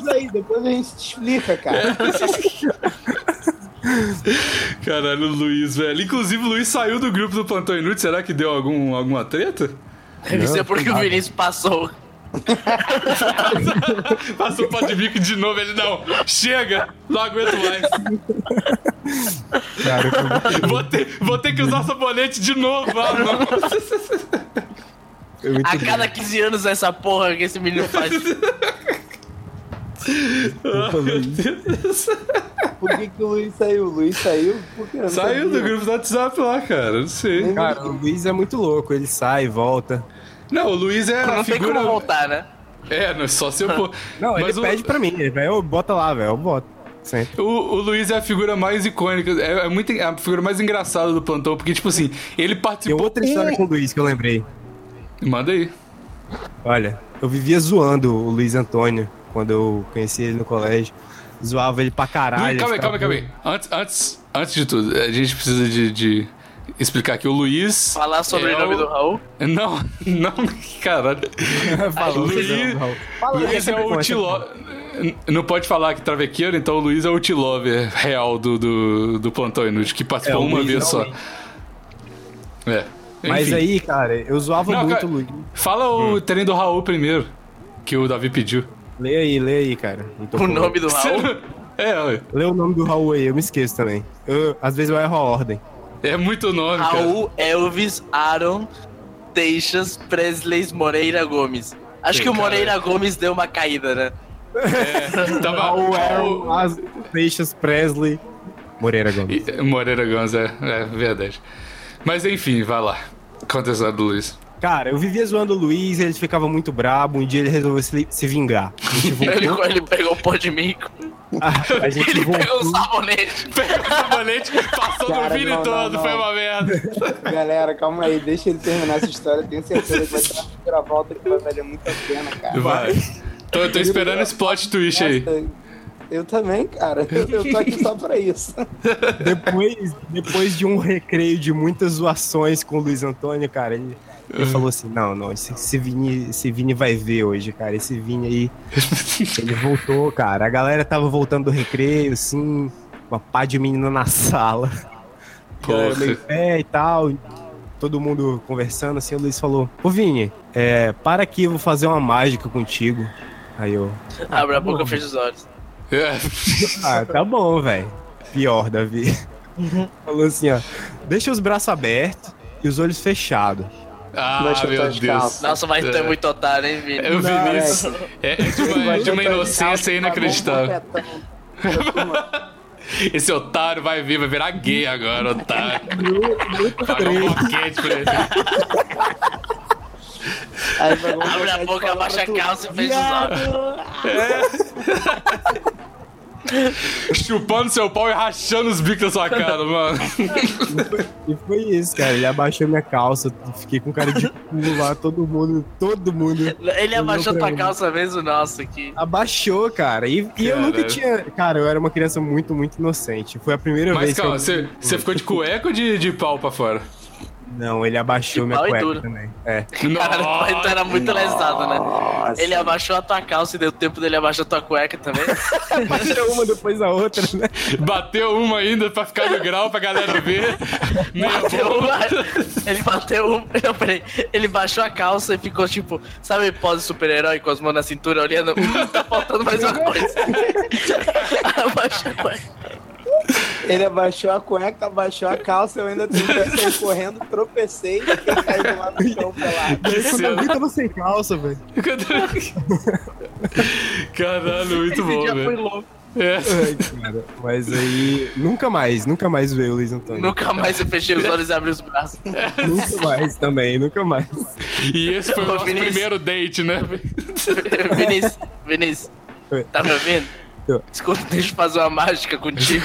Speaker 2: usa aí, depois a gente te explica, cara.
Speaker 4: Caralho, o Luiz, velho. Inclusive, o Luiz saiu do grupo do Plantão Inútil. Será que deu algum, alguma treta?
Speaker 5: Isso é porque o
Speaker 3: nada.
Speaker 5: Vinícius passou.
Speaker 4: Passou o pó de mico de novo. Ele, não, chega, não aguento mais.
Speaker 3: Cara, eu
Speaker 4: Vou ter, vou ter que usar sabonete de novo. Ah, não.
Speaker 3: eu muito
Speaker 5: A cada 15 anos essa porra que esse menino faz.
Speaker 3: Desculpa, Luiz.
Speaker 2: Por que, que o Luiz saiu? O Luiz saiu? Por que? Eu
Speaker 4: [laughs]
Speaker 2: não
Speaker 4: Saiu do
Speaker 2: sabia.
Speaker 4: grupo do WhatsApp lá, cara. Não sei.
Speaker 3: Cara, o Luiz é muito louco, ele sai, volta.
Speaker 4: Não, o Luiz é a
Speaker 5: Não tem como
Speaker 4: figura.
Speaker 5: voltar, né?
Speaker 4: É, não, só se eu for.
Speaker 3: Não,
Speaker 4: Mas
Speaker 3: ele
Speaker 4: o-
Speaker 3: pede pra mim, ele vai, eu bota lá, velho, eu boto. Sempre.
Speaker 4: O, o Luiz é a figura mais icônica, é, é muito, é a figura mais engraçada do plantão, porque, tipo assim, ele
Speaker 3: Tem
Speaker 4: participou.
Speaker 3: outra
Speaker 4: um-
Speaker 3: história com o Luiz que eu lembrei.
Speaker 4: Manda aí.
Speaker 3: Olha, eu vivia zoando o Luiz Antônio quando eu conheci ele no colégio. Zoava ele pra caralho. Ah,
Speaker 4: calma aí,
Speaker 3: ele tá
Speaker 4: calma aí,
Speaker 3: ficava-
Speaker 4: calma aí. Antes, antes, antes de tudo, a gente precisa de, de explicar que o Luiz.
Speaker 5: Falar sobre o nome do Raul.
Speaker 4: Não, [laughs] não, caralho.
Speaker 3: Falou,
Speaker 4: Luiz-
Speaker 3: não, Raul.
Speaker 4: Luiz é
Speaker 3: sempre
Speaker 4: o
Speaker 3: começa
Speaker 4: Tiló. Não pode falar que travequeiro, então o Luiz é o Tilover real do, do, do Plantão Inútil, que participou
Speaker 3: É, o
Speaker 4: uma
Speaker 3: Luiz
Speaker 4: vez
Speaker 3: não
Speaker 4: só.
Speaker 3: mente.
Speaker 4: É.
Speaker 3: Mas
Speaker 4: Enfim.
Speaker 3: aí, cara, eu zoava
Speaker 4: Não,
Speaker 3: muito
Speaker 4: cara,
Speaker 3: o Luiz.
Speaker 4: Fala o trem do Raul primeiro, que o Davi pediu.
Speaker 3: Lê aí, lê aí, cara. Não tô
Speaker 5: O
Speaker 3: com-
Speaker 5: nome do Raul.
Speaker 4: É, ué.
Speaker 3: Lê o nome do Raul aí, eu me esqueço também. Eu- às vezes eu erro a ordem.
Speaker 4: é muito nome, cara.
Speaker 5: Raul Elvis Aaron Teixas Presley Moreira Gomes. Acho que o Moreira Gomes deu uma caída, né?
Speaker 4: Tava,
Speaker 3: Raul Aaron,
Speaker 4: Raul- é
Speaker 3: As- Seixas, Presley, Moreira Gomes.
Speaker 4: E- Moreira Gomes, é, é verdade. Mas enfim, vai lá. Conta a história do Luiz.
Speaker 3: Cara, eu vivia zoando o Luiz, ele ficava muito brabo. Um dia ele resolveu se, se vingar.
Speaker 4: [laughs]
Speaker 3: A gente
Speaker 5: Ele,
Speaker 3: voltou,
Speaker 5: ele pegou o pó de mico,
Speaker 3: a, a gente
Speaker 5: ele pegou o
Speaker 3: voltou,
Speaker 5: sabonete.
Speaker 4: Pegou o [laughs] sabonete, passou
Speaker 2: Cara,
Speaker 4: no Vini
Speaker 2: não, não,
Speaker 4: todo,
Speaker 2: não.
Speaker 4: foi uma merda.
Speaker 2: Galera, calma aí, deixa ele terminar essa história. Tenho certeza que vai ter uma primeira volta que vai valer muito a pena, cara.
Speaker 4: Vai. Tô, tô esperando esse plot twist aí.
Speaker 2: Nossa, eu também, cara. Eu, eu tô aqui só pra isso.
Speaker 3: depois, depois de um recreio de muitas zoações com o Luiz Antônio, cara, ele, ele falou assim: não, não, esse, esse Vini, esse Vini vai ver hoje, cara. Esse Vini aí. Ele voltou, cara. A galera tava voltando do recreio, assim, uma pá de menina na sala. Galera meio
Speaker 4: Porra.
Speaker 3: pé e tal. Todo mundo conversando, assim, o Luiz falou, ô Vini, é, para aqui, eu vou fazer uma mágica contigo. Aí eu,
Speaker 5: Abre a boca, fecha os olhos.
Speaker 4: É.
Speaker 3: ah, tá bom, velho. Pior,
Speaker 5: [laughs]
Speaker 3: Davi. Falou assim, ó, deixa os braços abertos e os olhos fechados.
Speaker 4: Ah,
Speaker 5: tá
Speaker 2: Deixa eu
Speaker 4: meu
Speaker 2: tô de
Speaker 4: Deus.
Speaker 2: calça.
Speaker 5: Nossa, vai ter
Speaker 4: É.
Speaker 5: muito otário, hein,
Speaker 4: É o
Speaker 5: Vini?
Speaker 4: Vinícius. É, é de uma, é de uma inocência
Speaker 2: tá
Speaker 4: inacreditável. Esse otário vai vir, vai virar gay agora, otário. Paga um boquete pra ele.
Speaker 5: Abre a boca, abaixa a calça e fecha os olhos.
Speaker 4: Chupando seu pau e rachando os bicos da sua cara, mano.
Speaker 3: E foi isso, cara. Ele abaixou minha calça, fiquei com cara de cu lá, todo mundo, todo mundo.
Speaker 5: Ele
Speaker 3: Olhou
Speaker 5: abaixou
Speaker 3: pra
Speaker 5: tua
Speaker 3: mim.
Speaker 5: calça mesmo, nossa, aqui.
Speaker 3: Abaixou, cara. E, e eu nunca
Speaker 4: Caralho.
Speaker 3: tinha. Cara, eu era uma criança muito, muito inocente. Foi a primeira
Speaker 4: Mas
Speaker 3: vez
Speaker 4: calma,
Speaker 3: que. eu-
Speaker 4: você você ficou de cueca ou de, de pau pra fora?
Speaker 3: Não, ele abaixou
Speaker 5: De
Speaker 3: minha
Speaker 5: pau e
Speaker 3: cueca
Speaker 5: tudo.
Speaker 3: também. É.
Speaker 5: Cara, então era muito lesado, né?
Speaker 2: Nossa.
Speaker 5: Ele abaixou a tua calça e deu tempo dele abaixar a tua cueca também.
Speaker 3: Abaixou uma depois a outra, né?
Speaker 4: Bateu uma ainda pra ficar no grau pra galera ver.
Speaker 5: Bateu um.
Speaker 4: Nervoso.
Speaker 5: uma- ele bateu um. [laughs] Não, peraí. Ele baixou a calça e ficou tipo, sabe, pose super-herói com as mãos na cintura olhando. Hum, tá faltando mais uma coisa. [laughs] Abaixou a cueca.
Speaker 2: Ele abaixou a cueca, abaixou a calça, eu ainda tentei sair correndo, tropecei e caí do lado do chão pelado.
Speaker 3: Daí quando eu
Speaker 4: cena.
Speaker 3: vi, tava sem calça, velho.
Speaker 4: Caralho, muito
Speaker 5: Esse
Speaker 4: bom,
Speaker 5: dia foi
Speaker 4: velho.
Speaker 5: louco.
Speaker 4: É.
Speaker 3: Ai, cara. Mas aí. Nunca mais, nunca mais veio o Luiz Antônio.
Speaker 5: Nunca mais eu fechei os olhos e abri os braços.
Speaker 3: Nunca mais também, nunca mais.
Speaker 4: E esse foi o
Speaker 5: Ô,
Speaker 4: nosso
Speaker 5: Vinícius.
Speaker 4: primeiro date, né? [laughs]
Speaker 5: Vinícius, Vinícius,
Speaker 3: Oi.
Speaker 5: tá me ouvindo?
Speaker 3: Tô.
Speaker 5: Escuta, deixa eu fazer uma mágica
Speaker 3: [laughs]
Speaker 5: contigo.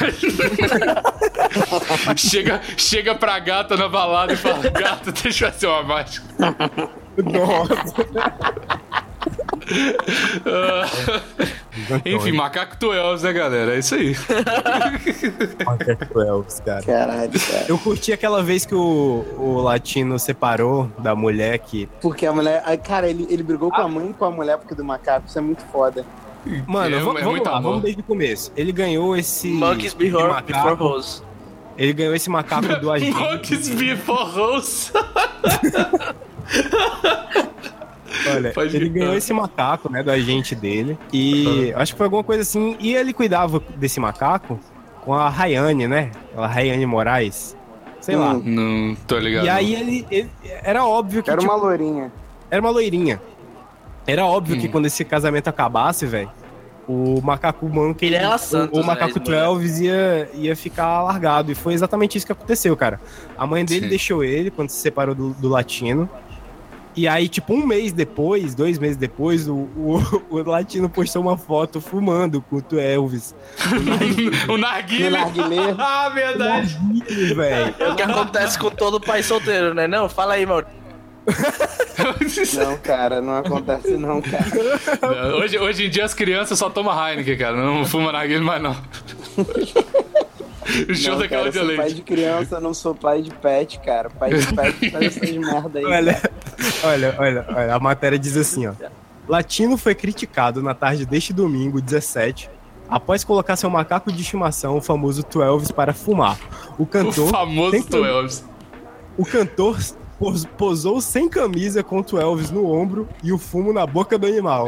Speaker 4: Chega, chega pra gata na balada e fala: Gata, deixa eu fazer uma mágica.
Speaker 3: Nossa. Então,
Speaker 4: Enfim, macaco Twelves, né, galera? É
Speaker 3: [laughs]
Speaker 4: isso aí.
Speaker 3: Macaco Elvis, cara.
Speaker 2: Caralho, cara.
Speaker 3: Eu curti aquela vez que o, o latino separou da mulher que.
Speaker 2: Porque a mulher. ai, Cara, ele, ele brigou com a mãe e com a mulher porque do macaco. Isso é muito foda.
Speaker 3: Mano,
Speaker 4: É,
Speaker 3: va-
Speaker 4: é
Speaker 3: vamos
Speaker 4: muito
Speaker 3: lá,
Speaker 4: amor.
Speaker 3: vamos desde o começo. Ele ganhou esse.
Speaker 5: Monkeys before,
Speaker 3: macaco-
Speaker 5: before Rose.
Speaker 3: Ele ganhou esse macaco
Speaker 4: [laughs]
Speaker 3: do agente.
Speaker 4: Monkeys before hoes.
Speaker 3: Olha,
Speaker 4: Pode
Speaker 3: ele
Speaker 4: ir.
Speaker 3: ganhou esse macaco, né, do agente dele. E acho que foi alguma coisa assim. E ele cuidava desse macaco com a Rayane, né? A Rayane Moraes. Sei lá.
Speaker 2: Hum,
Speaker 4: Não tô ligado.
Speaker 3: E aí ele, ele- Era óbvio que.
Speaker 2: Era
Speaker 3: tipo,
Speaker 2: uma lourinha.
Speaker 3: era uma loirinha. Era óbvio
Speaker 4: Hum.
Speaker 3: que quando esse casamento acabasse, velho, o macaco monkey,
Speaker 5: Ele era
Speaker 3: o-
Speaker 5: Santos,
Speaker 3: o macaco
Speaker 5: né, esse moleque.
Speaker 3: Twelves ia, ia ficar largado. E foi exatamente isso que aconteceu, cara. A mãe dele
Speaker 4: Sim.
Speaker 3: deixou ele quando se separou do, do latino. E aí, tipo, um mês depois, dois meses depois, o, o- [laughs] o latino postou uma foto fumando com o Twelves.
Speaker 4: [laughs] o
Speaker 2: No
Speaker 4: narguilho.
Speaker 2: narguilé.
Speaker 4: Ah, verdade.
Speaker 3: Ih, velho.
Speaker 5: É o que acontece com todo pai solteiro, né? Não, fala aí, Mauro.
Speaker 2: Não, cara, não acontece não, cara.
Speaker 4: Hoje, hoje em dia as crianças só tomam Heineken, cara. Não fuma narguilho mais, não. [laughs] O show
Speaker 2: Não,
Speaker 4: da
Speaker 2: cara, eu
Speaker 4: Cláudia
Speaker 2: sou pai
Speaker 4: Leite.
Speaker 2: de criança, não sou pai de pet, cara. Pai de pet faz essas merda aí.
Speaker 3: Olha, olha, olha, olha, a matéria diz assim, ó. Latino foi criticado na tarde deste domingo, 17, após colocar seu macaco de estimação, o famoso Twelves, para fumar. O
Speaker 4: O
Speaker 3: cantor,
Speaker 4: famoso
Speaker 3: sem cam-
Speaker 4: Twelves.
Speaker 3: o cantor pos- posou sem camisa com o Twelves no ombro e o fumo na boca do animal.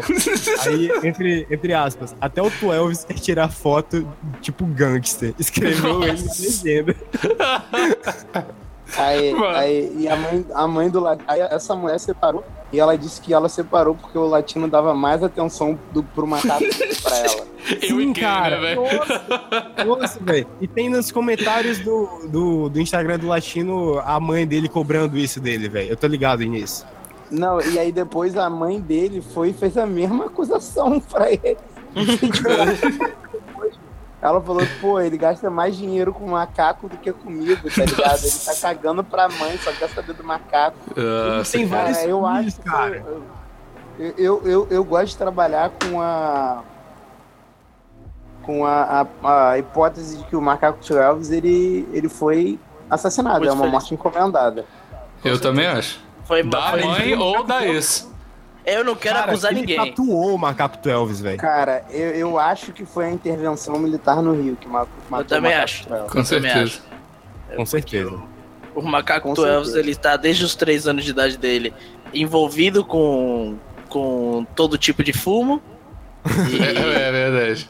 Speaker 3: Aí, entre, entre aspas, até o Twelves quer tirar foto tipo gangster, escreveu ele na legenda.
Speaker 2: Aí,
Speaker 4: Mano.
Speaker 2: aí, e a mãe, a mãe do latino. Essa mulher separou e ela disse que ela separou porque o latino dava mais atenção do, pro macaco do que pra ela. né?
Speaker 4: [laughs] Eu e
Speaker 3: Sim,
Speaker 4: quem,
Speaker 3: cara.
Speaker 4: né, velho?
Speaker 3: Nossa, nossa, velho. E tem nos comentários do, do, do Instagram do Latino a mãe dele cobrando isso dele, velho. Eu tô ligado nisso.
Speaker 2: Não, e aí depois a mãe dele foi e fez a mesma acusação [laughs] pra ele. Ela falou, pô, ele gasta mais dinheiro com macaco do que comigo, tá ligado? Ele tá cagando pra mãe, só quer saber do macaco.
Speaker 4: Ah,
Speaker 3: Tem
Speaker 4: cara.
Speaker 3: vários
Speaker 2: Cara, eu
Speaker 3: filhos,
Speaker 2: acho que
Speaker 3: cara.
Speaker 2: eu- Eu, eu, eu, eu gosto de trabalhar com a. Com a, a, a hipótese de que o macaco Elvis ele, ele foi assassinado.
Speaker 5: Muito
Speaker 2: é uma
Speaker 5: feliz.
Speaker 2: morte encomendada.
Speaker 4: Eu também acho.
Speaker 5: Foi
Speaker 4: Da
Speaker 5: mal. foi-
Speaker 4: mãe ou da ex.
Speaker 5: Eu não quero
Speaker 3: Cara,
Speaker 5: acusar
Speaker 3: ele
Speaker 5: ninguém.
Speaker 3: tatuou o macaco Twelves, velho.
Speaker 2: Cara, eu, eu acho que foi a intervenção militar no Rio que ma- matou
Speaker 5: Eu também
Speaker 2: o macaco
Speaker 5: acho.
Speaker 2: Elvis.
Speaker 4: Com
Speaker 5: também
Speaker 4: certeza.
Speaker 3: Com certeza.
Speaker 5: O macaco
Speaker 2: Com
Speaker 5: Twelves,
Speaker 2: certeza.
Speaker 5: ele tá desde os 3 anos de idade dele envolvido com, com todo tipo de fumo.
Speaker 4: [laughs] É, é verdade.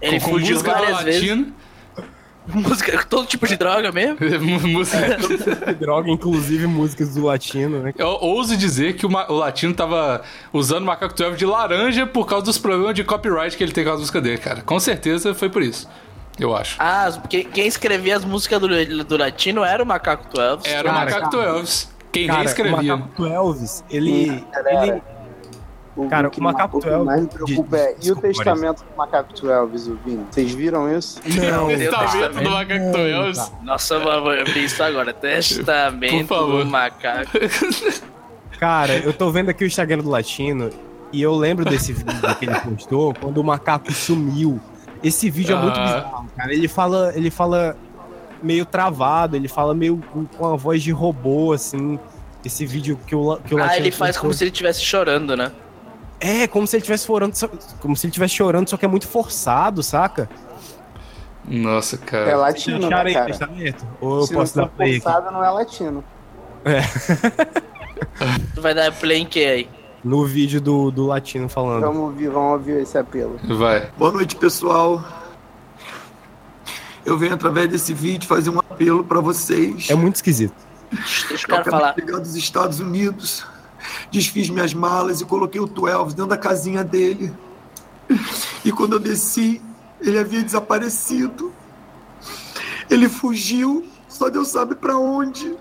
Speaker 5: Ele
Speaker 4: com, com
Speaker 5: fugiu
Speaker 4: música
Speaker 5: várias vezes.
Speaker 4: latina.
Speaker 5: Música, todo tipo de droga mesmo.
Speaker 4: [laughs] música...
Speaker 3: Que droga, inclusive músicas do Latino, né?
Speaker 4: Eu ouso dizer que o, ma- o latino tava usando o macaco 12 de laranja por causa dos problemas de copyright que ele tem com as músicas dele, cara. Com certeza foi por isso. Eu acho.
Speaker 5: Ah, as- que- quem escrevia as músicas do, do latino era o macaco Twelves.
Speaker 4: Era o
Speaker 3: cara,
Speaker 4: macaco 12. Quem
Speaker 3: Cara, o
Speaker 4: reescrevia.
Speaker 3: macaco Twelves, ele.
Speaker 2: Ih, galera.
Speaker 3: ele-
Speaker 2: O O,
Speaker 3: Cara,
Speaker 2: que
Speaker 3: o Macaco
Speaker 2: o que
Speaker 3: Twelve-
Speaker 2: mais me preocupa é. E o
Speaker 3: Desculpa,
Speaker 2: testamento do Macaco 12, Zuvino? Vocês viram isso?
Speaker 5: Não,
Speaker 4: Testamento
Speaker 5: testamento.
Speaker 4: Tá do Macaco Twelves.
Speaker 5: Nossa, eu vou abrir isso agora. Testamento
Speaker 4: Por favor.
Speaker 5: do macaco.
Speaker 3: Cara, eu tô vendo aqui o Instagram do Latino e eu lembro desse vídeo que ele postou quando o macaco sumiu. Esse vídeo é muito
Speaker 4: Ah.
Speaker 3: bizarro, cara. Ele fala, ele fala meio travado, ele fala meio com- com a voz de robô, assim. Esse vídeo que o, La- que um o
Speaker 5: Ah,
Speaker 3: Latino
Speaker 5: ele faz
Speaker 3: postou.
Speaker 5: como se ele estivesse chorando, né?
Speaker 3: É, como se ele estivesse chorando, só- como se ele estivesse chorando, só que é muito forçado, saca?
Speaker 4: Nossa,
Speaker 2: É
Speaker 4: cara.
Speaker 2: latino, né,
Speaker 3: aí
Speaker 2: cara?
Speaker 3: testamento? Ou eu
Speaker 2: Se
Speaker 3: posso
Speaker 2: não
Speaker 3: dar
Speaker 2: for
Speaker 3: play aqui?
Speaker 2: forçado, não é latino.
Speaker 5: Tu vai dar play em que aí?
Speaker 3: No vídeo do, do Latino falando.
Speaker 2: Vamos ouvir, vamos ouvir esse apelo.
Speaker 4: Vai.
Speaker 7: Boa noite, pessoal. Eu venho através desse vídeo fazer um apelo para vocês.
Speaker 3: É muito esquisito.
Speaker 5: Deixa o
Speaker 7: Eu
Speaker 5: cara
Speaker 7: acabei
Speaker 5: falar.
Speaker 7: de chegar dos Estados Unidos, desfiz minhas malas e coloquei o 12 dentro da casinha dele. E quando eu desci, ele havia desaparecido. Ele fugiu, só Deus sabe para onde.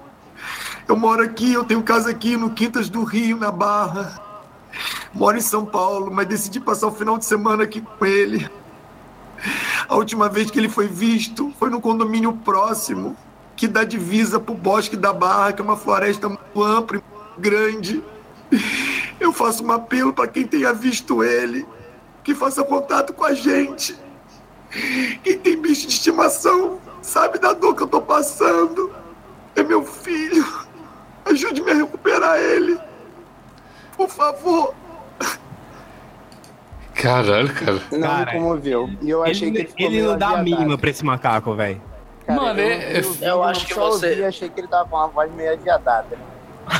Speaker 7: Eu moro aqui, eu tenho casa aqui no Quintas do Rio, na Barra. Moro em São Paulo, mas decidi passar o final de semana aqui com ele. A última vez que ele foi visto foi no condomínio próximo, que dá divisa pro Bosque da Barra, que é uma floresta muito ampla e muito grande. Eu faço um apelo para quem tenha visto ele, que faça contato com a gente. Quem tem bicho de estimação sabe da dor que eu tô passando. É meu filho. Ajude-me a recuperar ele. Por favor.
Speaker 4: Caralho, cara.
Speaker 2: Não
Speaker 3: Cara,
Speaker 2: me comoveu. E eu achei
Speaker 3: Ele,
Speaker 2: que ele ficou
Speaker 3: ele
Speaker 2: meio
Speaker 3: não dá a
Speaker 2: aviadado.
Speaker 3: mínima pra esse macaco, velho.
Speaker 2: Cara,
Speaker 4: Mano,
Speaker 2: eu,
Speaker 4: é-
Speaker 2: eu,
Speaker 5: eu
Speaker 2: acho
Speaker 5: acho
Speaker 2: que
Speaker 5: que
Speaker 2: só
Speaker 5: você-
Speaker 2: ouvi, achei que ele tava com uma voz meio aviadada.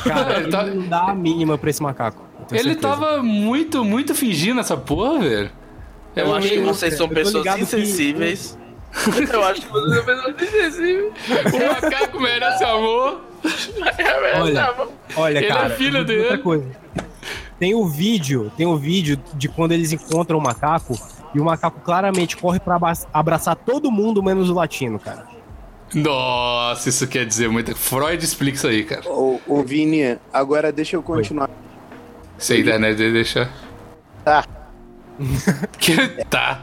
Speaker 3: Cara,
Speaker 4: Ele tá-
Speaker 3: ele não dá a mínima pra esse macaco. eu tenho
Speaker 4: Ele
Speaker 3: certeza.
Speaker 4: tava muito, muito fingindo essa porra, velho.
Speaker 5: Eu, acho que
Speaker 4: meio-
Speaker 5: vocês são
Speaker 3: eu tô
Speaker 5: pessoas
Speaker 3: ligado que-
Speaker 5: insensíveis. [laughs] Eu acho que
Speaker 4: [laughs]
Speaker 5: vocês são pessoas insensíveis.
Speaker 4: O macaco merece amor.
Speaker 3: Olha.
Speaker 5: Tá bom.
Speaker 3: Olha,
Speaker 4: ele é
Speaker 3: cara.
Speaker 4: filho
Speaker 3: outra
Speaker 4: dele.
Speaker 3: coisa. Tem o vídeo, tem o vídeo de quando eles encontram o macaco e o macaco claramente corre pra aba- abraçar todo mundo menos o latino, cara.
Speaker 4: Nossa, isso quer dizer muito. Freud explica isso aí, cara.
Speaker 2: Ô, ô Vini, agora deixa eu continuar.
Speaker 4: Se a internet dele deixar.
Speaker 2: Tá.
Speaker 4: [laughs] que tá.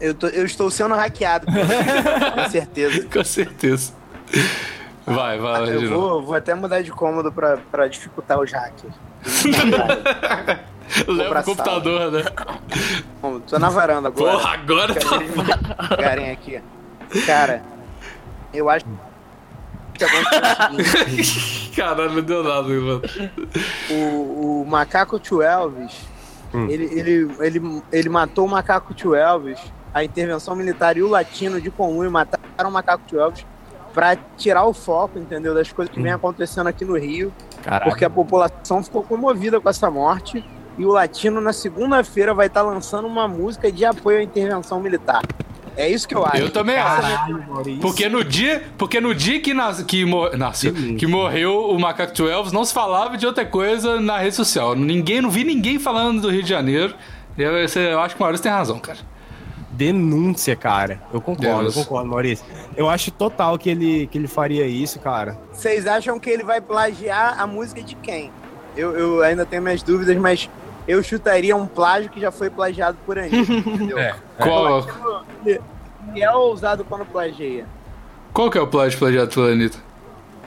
Speaker 2: Eu, tô- eu estou sendo hackeado, [laughs] com certeza.
Speaker 4: Com certeza. Vai, vai lá de
Speaker 2: Eu
Speaker 4: novo.
Speaker 2: vou, vou até mudar de cômodo pra, pra dificultar os hackers.
Speaker 4: Leva
Speaker 2: pra
Speaker 4: o computador, né?
Speaker 2: Bom, tô na varanda agora.
Speaker 4: Porra, agora tá.
Speaker 2: Eles me pegarem aqui. Cara, eu acho que aconteceu o seguinte.
Speaker 4: Caralho, não deu nada, mano.
Speaker 2: o, o macaco Tio Elvis, ele, ele, ele, ele matou o macaco Tio Elvis, a intervenção militar e o latino de comum mataram o macaco Tio Elvis pra tirar o foco, entendeu, das coisas que vem acontecendo aqui no Rio,
Speaker 3: Caraca.
Speaker 2: porque a população ficou comovida com essa morte e o latino na segunda-feira vai estar lançando uma música de apoio à intervenção militar. É isso que eu acho.
Speaker 4: Eu também acho.
Speaker 3: Caralho, Maurício.
Speaker 4: Porque no dia, porque no dia que, nas, que, mor- nasceu,
Speaker 3: Sim.
Speaker 4: que morreu o Macaco 12, não se falava de outra coisa na rede social. Ninguém, não vi ninguém falando do Rio de Janeiro. Eu, eu acho que o Maurício tem razão, cara.
Speaker 3: Denúncia, cara. Eu concordo,
Speaker 4: Deus.
Speaker 3: eu concordo, Maurício. Eu acho total que ele, que ele faria isso, cara.
Speaker 2: Vocês acham que ele vai plagiar a música de quem? Eu, eu ainda tenho minhas dúvidas, mas eu chutaria um plágio que já foi plagiado por
Speaker 5: [laughs]
Speaker 2: Anitta, entendeu?
Speaker 3: É.
Speaker 4: Qual,
Speaker 2: Ele, ele é ousado quando plagia.
Speaker 4: qual que é o plágio plagiado pela Anitta?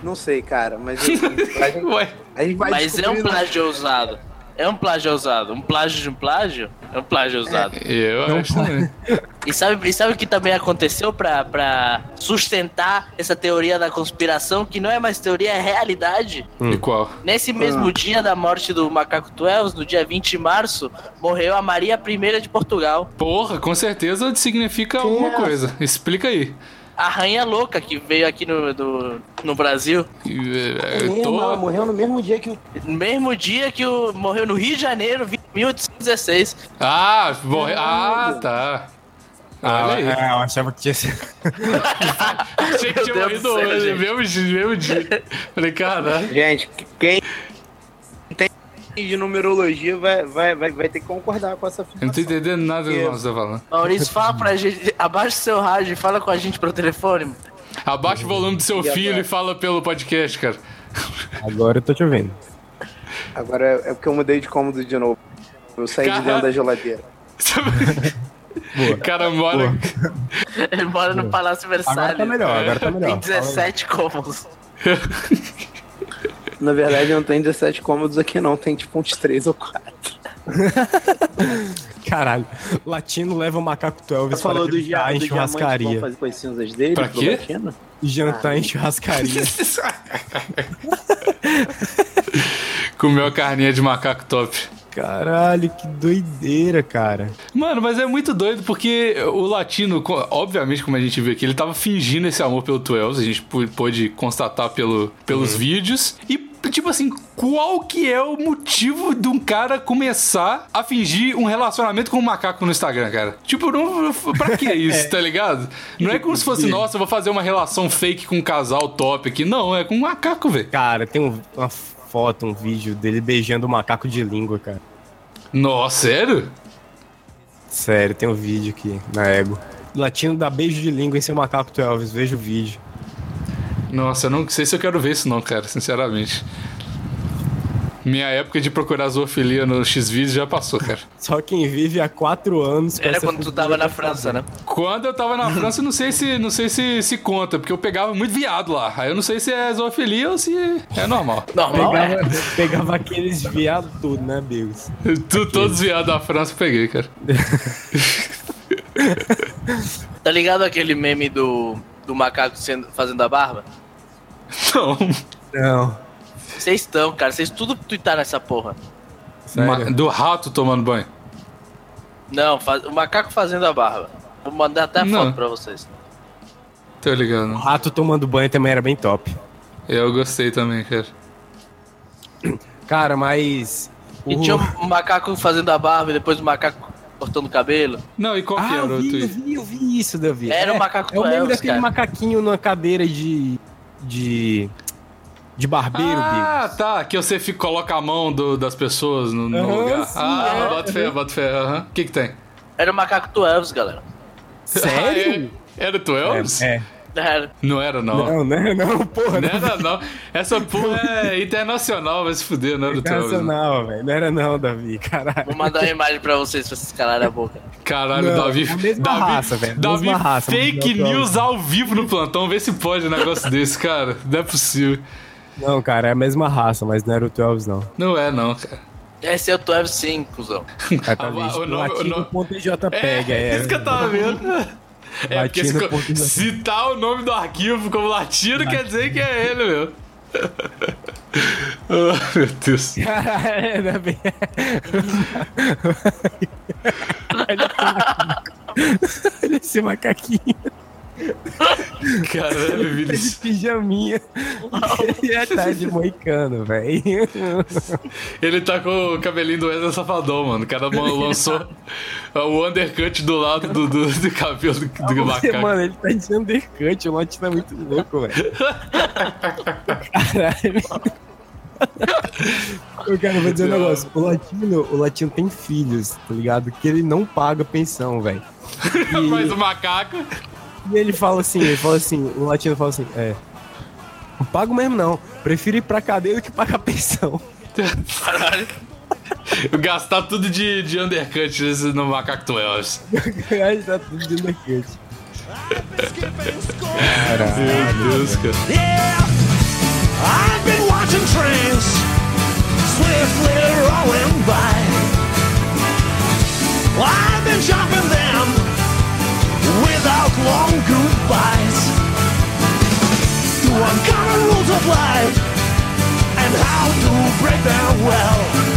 Speaker 2: Não sei, cara,
Speaker 5: [laughs]
Speaker 2: mas eu- a, gente,
Speaker 4: Ué,
Speaker 2: a gente vai
Speaker 5: Mas é um
Speaker 2: descobrir no-
Speaker 5: plágio ousado. É um plágio ousado. Um plágio de um plágio é um plágio ousado.
Speaker 4: eu acho
Speaker 3: né?
Speaker 4: também.
Speaker 5: E sabe, e sabe o que também aconteceu pra, pra sustentar essa teoria da conspiração, que não é mais teoria, é realidade?
Speaker 4: E qual?
Speaker 5: Nesse mesmo dia da morte do Macaco Tuels, no dia 20 de março, morreu a Maria I de Portugal,
Speaker 4: Porra, com certeza significa
Speaker 5: é?
Speaker 4: alguma coisa. Explica aí.
Speaker 5: a rainha louca que veio aqui no, do- no Brasil.
Speaker 4: Eu
Speaker 5: é
Speaker 2: Minha irmã
Speaker 4: é, tô...
Speaker 2: morreu no mesmo dia que o
Speaker 5: No mesmo dia que o, morreu no Rio de Janeiro, um 20 1816.
Speaker 4: Ah,
Speaker 5: é
Speaker 4: morre... ah, tá.
Speaker 3: Ah,
Speaker 4: Olha aí.
Speaker 3: é, eu achava que tinha sido.
Speaker 4: [laughs] Achei que tinha
Speaker 5: Meu
Speaker 4: morrido
Speaker 5: Deus do céu,
Speaker 4: hoje,
Speaker 5: gente.
Speaker 4: mesmo dia, mesmo dia. Falei, caralho.
Speaker 2: Gente, quem tem de numerologia vai, vai, vai, vai ter que concordar com essa
Speaker 4: Eu não tô
Speaker 2: afirmação.
Speaker 4: entendendo nada do
Speaker 5: é?
Speaker 4: que você tá falando.
Speaker 5: Maurício, fala pra gente, abaixa o seu rádio e fala com a gente pelo telefone.
Speaker 4: Abaixa [laughs] o volume do seu filho e fala pelo podcast, cara.
Speaker 3: Agora eu tô te ouvindo.
Speaker 2: Agora é é porque eu mudei de cômodo de novo. Eu saí de dentro da geladeira.
Speaker 4: O cara mora.
Speaker 5: Ele mora no Palácio
Speaker 3: Agora tá
Speaker 5: Versalhes.
Speaker 3: melhor, agora tá melhor.
Speaker 5: Tem 17 cômodos.
Speaker 2: Na verdade, não tem 17 cômodos aqui, não. Tem tipo uns 3 ou 4.
Speaker 3: Caralho, latino leva o macaco do Elvis para jantar em churrascaria.
Speaker 2: fazer com as cinzas dele?
Speaker 4: Pra
Speaker 2: pro
Speaker 4: quê?
Speaker 2: Latino?
Speaker 3: Jantar em churrascaria. [laughs]
Speaker 4: [laughs] Comeu a carninha de macaco top.
Speaker 3: Caralho, que doideira, cara.
Speaker 4: Mano, mas é muito doido porque o latino, co- obviamente, como a gente viu aqui, ele tava fingindo esse amor pelo Twelves, a gente pô- pôde constatar pelo, pelos vídeos. E, tipo assim, qual que é o motivo de um cara começar a fingir um relacionamento com um macaco no Instagram, cara? Tipo, não, pra [laughs] que isso, tá ligado? Não é como se fosse, nossa, eu vou fazer uma relação fake com um casal top aqui. Não, é com um macaco, velho.
Speaker 3: Cara, tem um- uma foto, um vídeo dele beijando o macaco de língua, cara.
Speaker 4: Nossa, sério?
Speaker 3: Sério, tem um vídeo aqui na ego. Latino dá beijo de língua em seu macaco do Elvis, veja o vídeo.
Speaker 4: Nossa, eu não sei se eu quero ver isso não, cara, sinceramente. Minha época de procurar zoofilia no Xvideos já passou, cara.
Speaker 3: Só quem vive há quatro anos. com
Speaker 5: Era
Speaker 3: essa é
Speaker 5: quando tu tava na França, né?
Speaker 4: Quando eu tava [laughs] na França, eu não sei se não sei se, se conta, porque eu pegava muito viado lá. Aí eu não sei se é zoofilia ou se é normal.
Speaker 5: Normal,
Speaker 3: Pegava,
Speaker 5: é.
Speaker 3: pegava aqueles viados tudo, né, Bigos?
Speaker 4: Tu, todos viados da França eu peguei, cara.
Speaker 5: Tá ligado aquele meme do, do macaco sendo, fazendo a barba?
Speaker 4: Não.
Speaker 3: Não.
Speaker 5: Vocês estão, cara. Vocês tudo tuitaram essa porra.
Speaker 4: Ma- do rato tomando banho.
Speaker 5: Não, faz- o macaco fazendo a barba. Vou mandar até a
Speaker 4: Não.
Speaker 5: foto pra vocês.
Speaker 4: Tá ligado?
Speaker 3: Rato tomando banho também era bem top.
Speaker 4: Eu gostei também, cara.
Speaker 3: Cara, mas.
Speaker 5: E
Speaker 3: o-
Speaker 5: tinha um macaco fazendo a barba e depois o macaco cortando o cabelo.
Speaker 4: Não, e qual que
Speaker 3: Ah,
Speaker 4: era
Speaker 3: eu
Speaker 4: o
Speaker 3: vi, eu
Speaker 4: tweet?
Speaker 3: vi, eu vi isso, Davi.
Speaker 5: Era o macaco
Speaker 3: É o meme
Speaker 5: Elvis,
Speaker 3: daquele
Speaker 5: cara.
Speaker 3: macaquinho numa cadeira de. de. de barbeiro, Bigos.
Speaker 4: Ah, tá. Que você fica, coloca a mão do- das pessoas no, no
Speaker 3: Aham,
Speaker 4: lugar.
Speaker 3: sim,
Speaker 4: ah,
Speaker 3: é.
Speaker 4: bota fé, bota fé. aham. O que que tem?
Speaker 5: Era o macaco do Elvis, galera.
Speaker 4: [laughs]
Speaker 3: Sério?
Speaker 4: Ah, é? Era tu Elvis?
Speaker 3: É.
Speaker 5: Era.
Speaker 4: Não era, não. Não,
Speaker 3: Não, né? Não, porra. Não
Speaker 4: era, não. é Essa porra é internacional, vai se fuder, não era o teu Elvis. não.
Speaker 3: Internacional, velho. Não era não, Davi, caralho.
Speaker 5: [laughs] Vou mandar uma imagem pra vocês pra vocês calarem a boca.
Speaker 4: Caralho,
Speaker 3: Não,
Speaker 4: Davi.
Speaker 3: é a mesma
Speaker 4: Davi,
Speaker 3: raça, velho,
Speaker 4: Davi
Speaker 3: mesma raça,
Speaker 4: fake
Speaker 3: mas não é o
Speaker 4: news ao vivo no plantão. Vê se pode um negócio [laughs] desse, cara. Não é possível.
Speaker 3: Não, cara, é a mesma raça, mas não era o Twelves,
Speaker 4: [laughs]
Speaker 3: não.
Speaker 4: Não é, não, cara.
Speaker 5: Esse é o do Elvis sim, cuzão.
Speaker 3: É, talvez
Speaker 4: Ah, o
Speaker 3: o
Speaker 4: nome- o nome-
Speaker 3: latino.jpg, é.
Speaker 4: isso que eu tava [laughs] vendo. É, porque se,
Speaker 3: Latino
Speaker 4: co-
Speaker 3: ponto-
Speaker 4: citar o nome do arquivo como latino quer dizer que é ele, meu. [laughs] Ah, meu Deus.
Speaker 3: Caralho, ainda
Speaker 4: [laughs]
Speaker 3: bem. Olha esse macaquinho. Olha esse macaquinho
Speaker 4: Caralho,
Speaker 3: de
Speaker 4: Vinícius.
Speaker 3: pijaminha. Ele é tá de moicano, velho.
Speaker 4: Ele tá com o cabelinho do Wesley Safadão, mano. O cara [laughs] mano, lançou o undercut do lado do, do, do cabelo do, do
Speaker 3: Você,
Speaker 4: macaco.
Speaker 3: Mano, ele tá de undercut, o Latino é muito louco, velho. Caralho. Eu quero vou dizer um negócio, o Latino, o Latino tem filhos, tá ligado? Que ele não paga pensão, velho.
Speaker 4: [laughs] Mas o macaco.
Speaker 3: E ele fala assim, ele fala assim, o Latino fala assim, é. Não pago mesmo não, prefiro ir pra cadeia do que pagar pensão. [laughs]
Speaker 5: Caralho.
Speaker 4: Gastar tudo de, de undercut nesse- no macaco do Elvis.
Speaker 3: Aí tá tudo de undercut.
Speaker 4: Meu Deus, cara.
Speaker 6: Yeah, I've been watching trains swiftly rolling by. I've been jumping them without long goodbyes. To uncommon rules of life and how to break them well.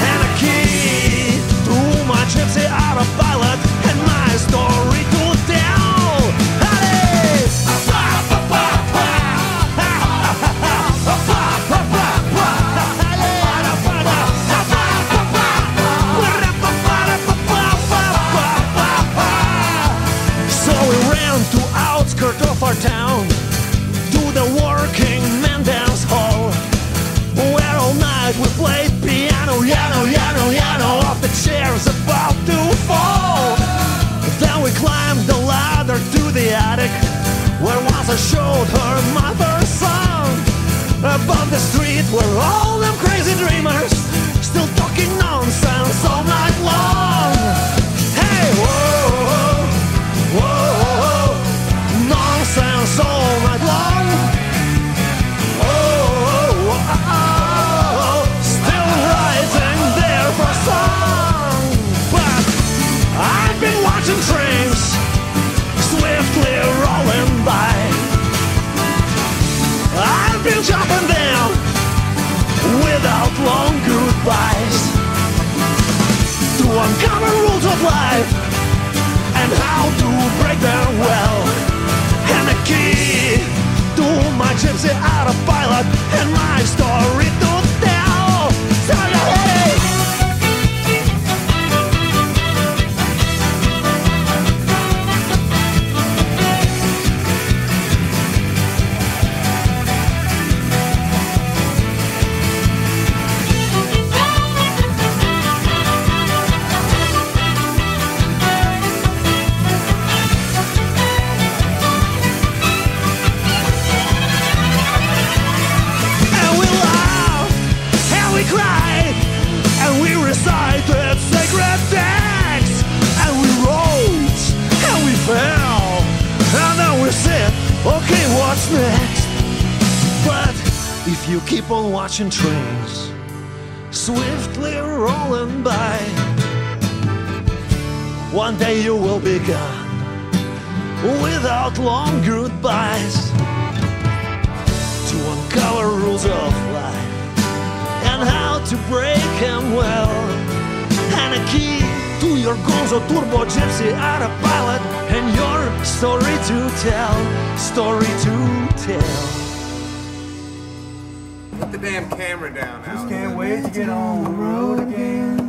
Speaker 6: And a key to my gypsy autopilot and my story to tell. Honey! So we ran to outskirts of our town to the working man dance hall. Where all night we played piano, piano, piano, piano, off the chairs about to fall. Then we climbed the ladder to the attic, where once I showed her mother's song. Above the street were all them crazy dreamers
Speaker 7: life and how to break them well. And the key to my gypsy autopilot and my story to tell. So hey, and we laugh and we cry and we recited sacred texts and we rose and we fell and then we said, okay, what's next? But if you keep on watching trains swiftly rolling by, one day you will be gone without long goodbyes to uncover rules of life and how to break them well. And a key to your goals, a turbo gypsy autopilot, and your story to tell, story to tell.
Speaker 8: Put the damn camera down, Alex.
Speaker 9: Can't wait to get on the road again.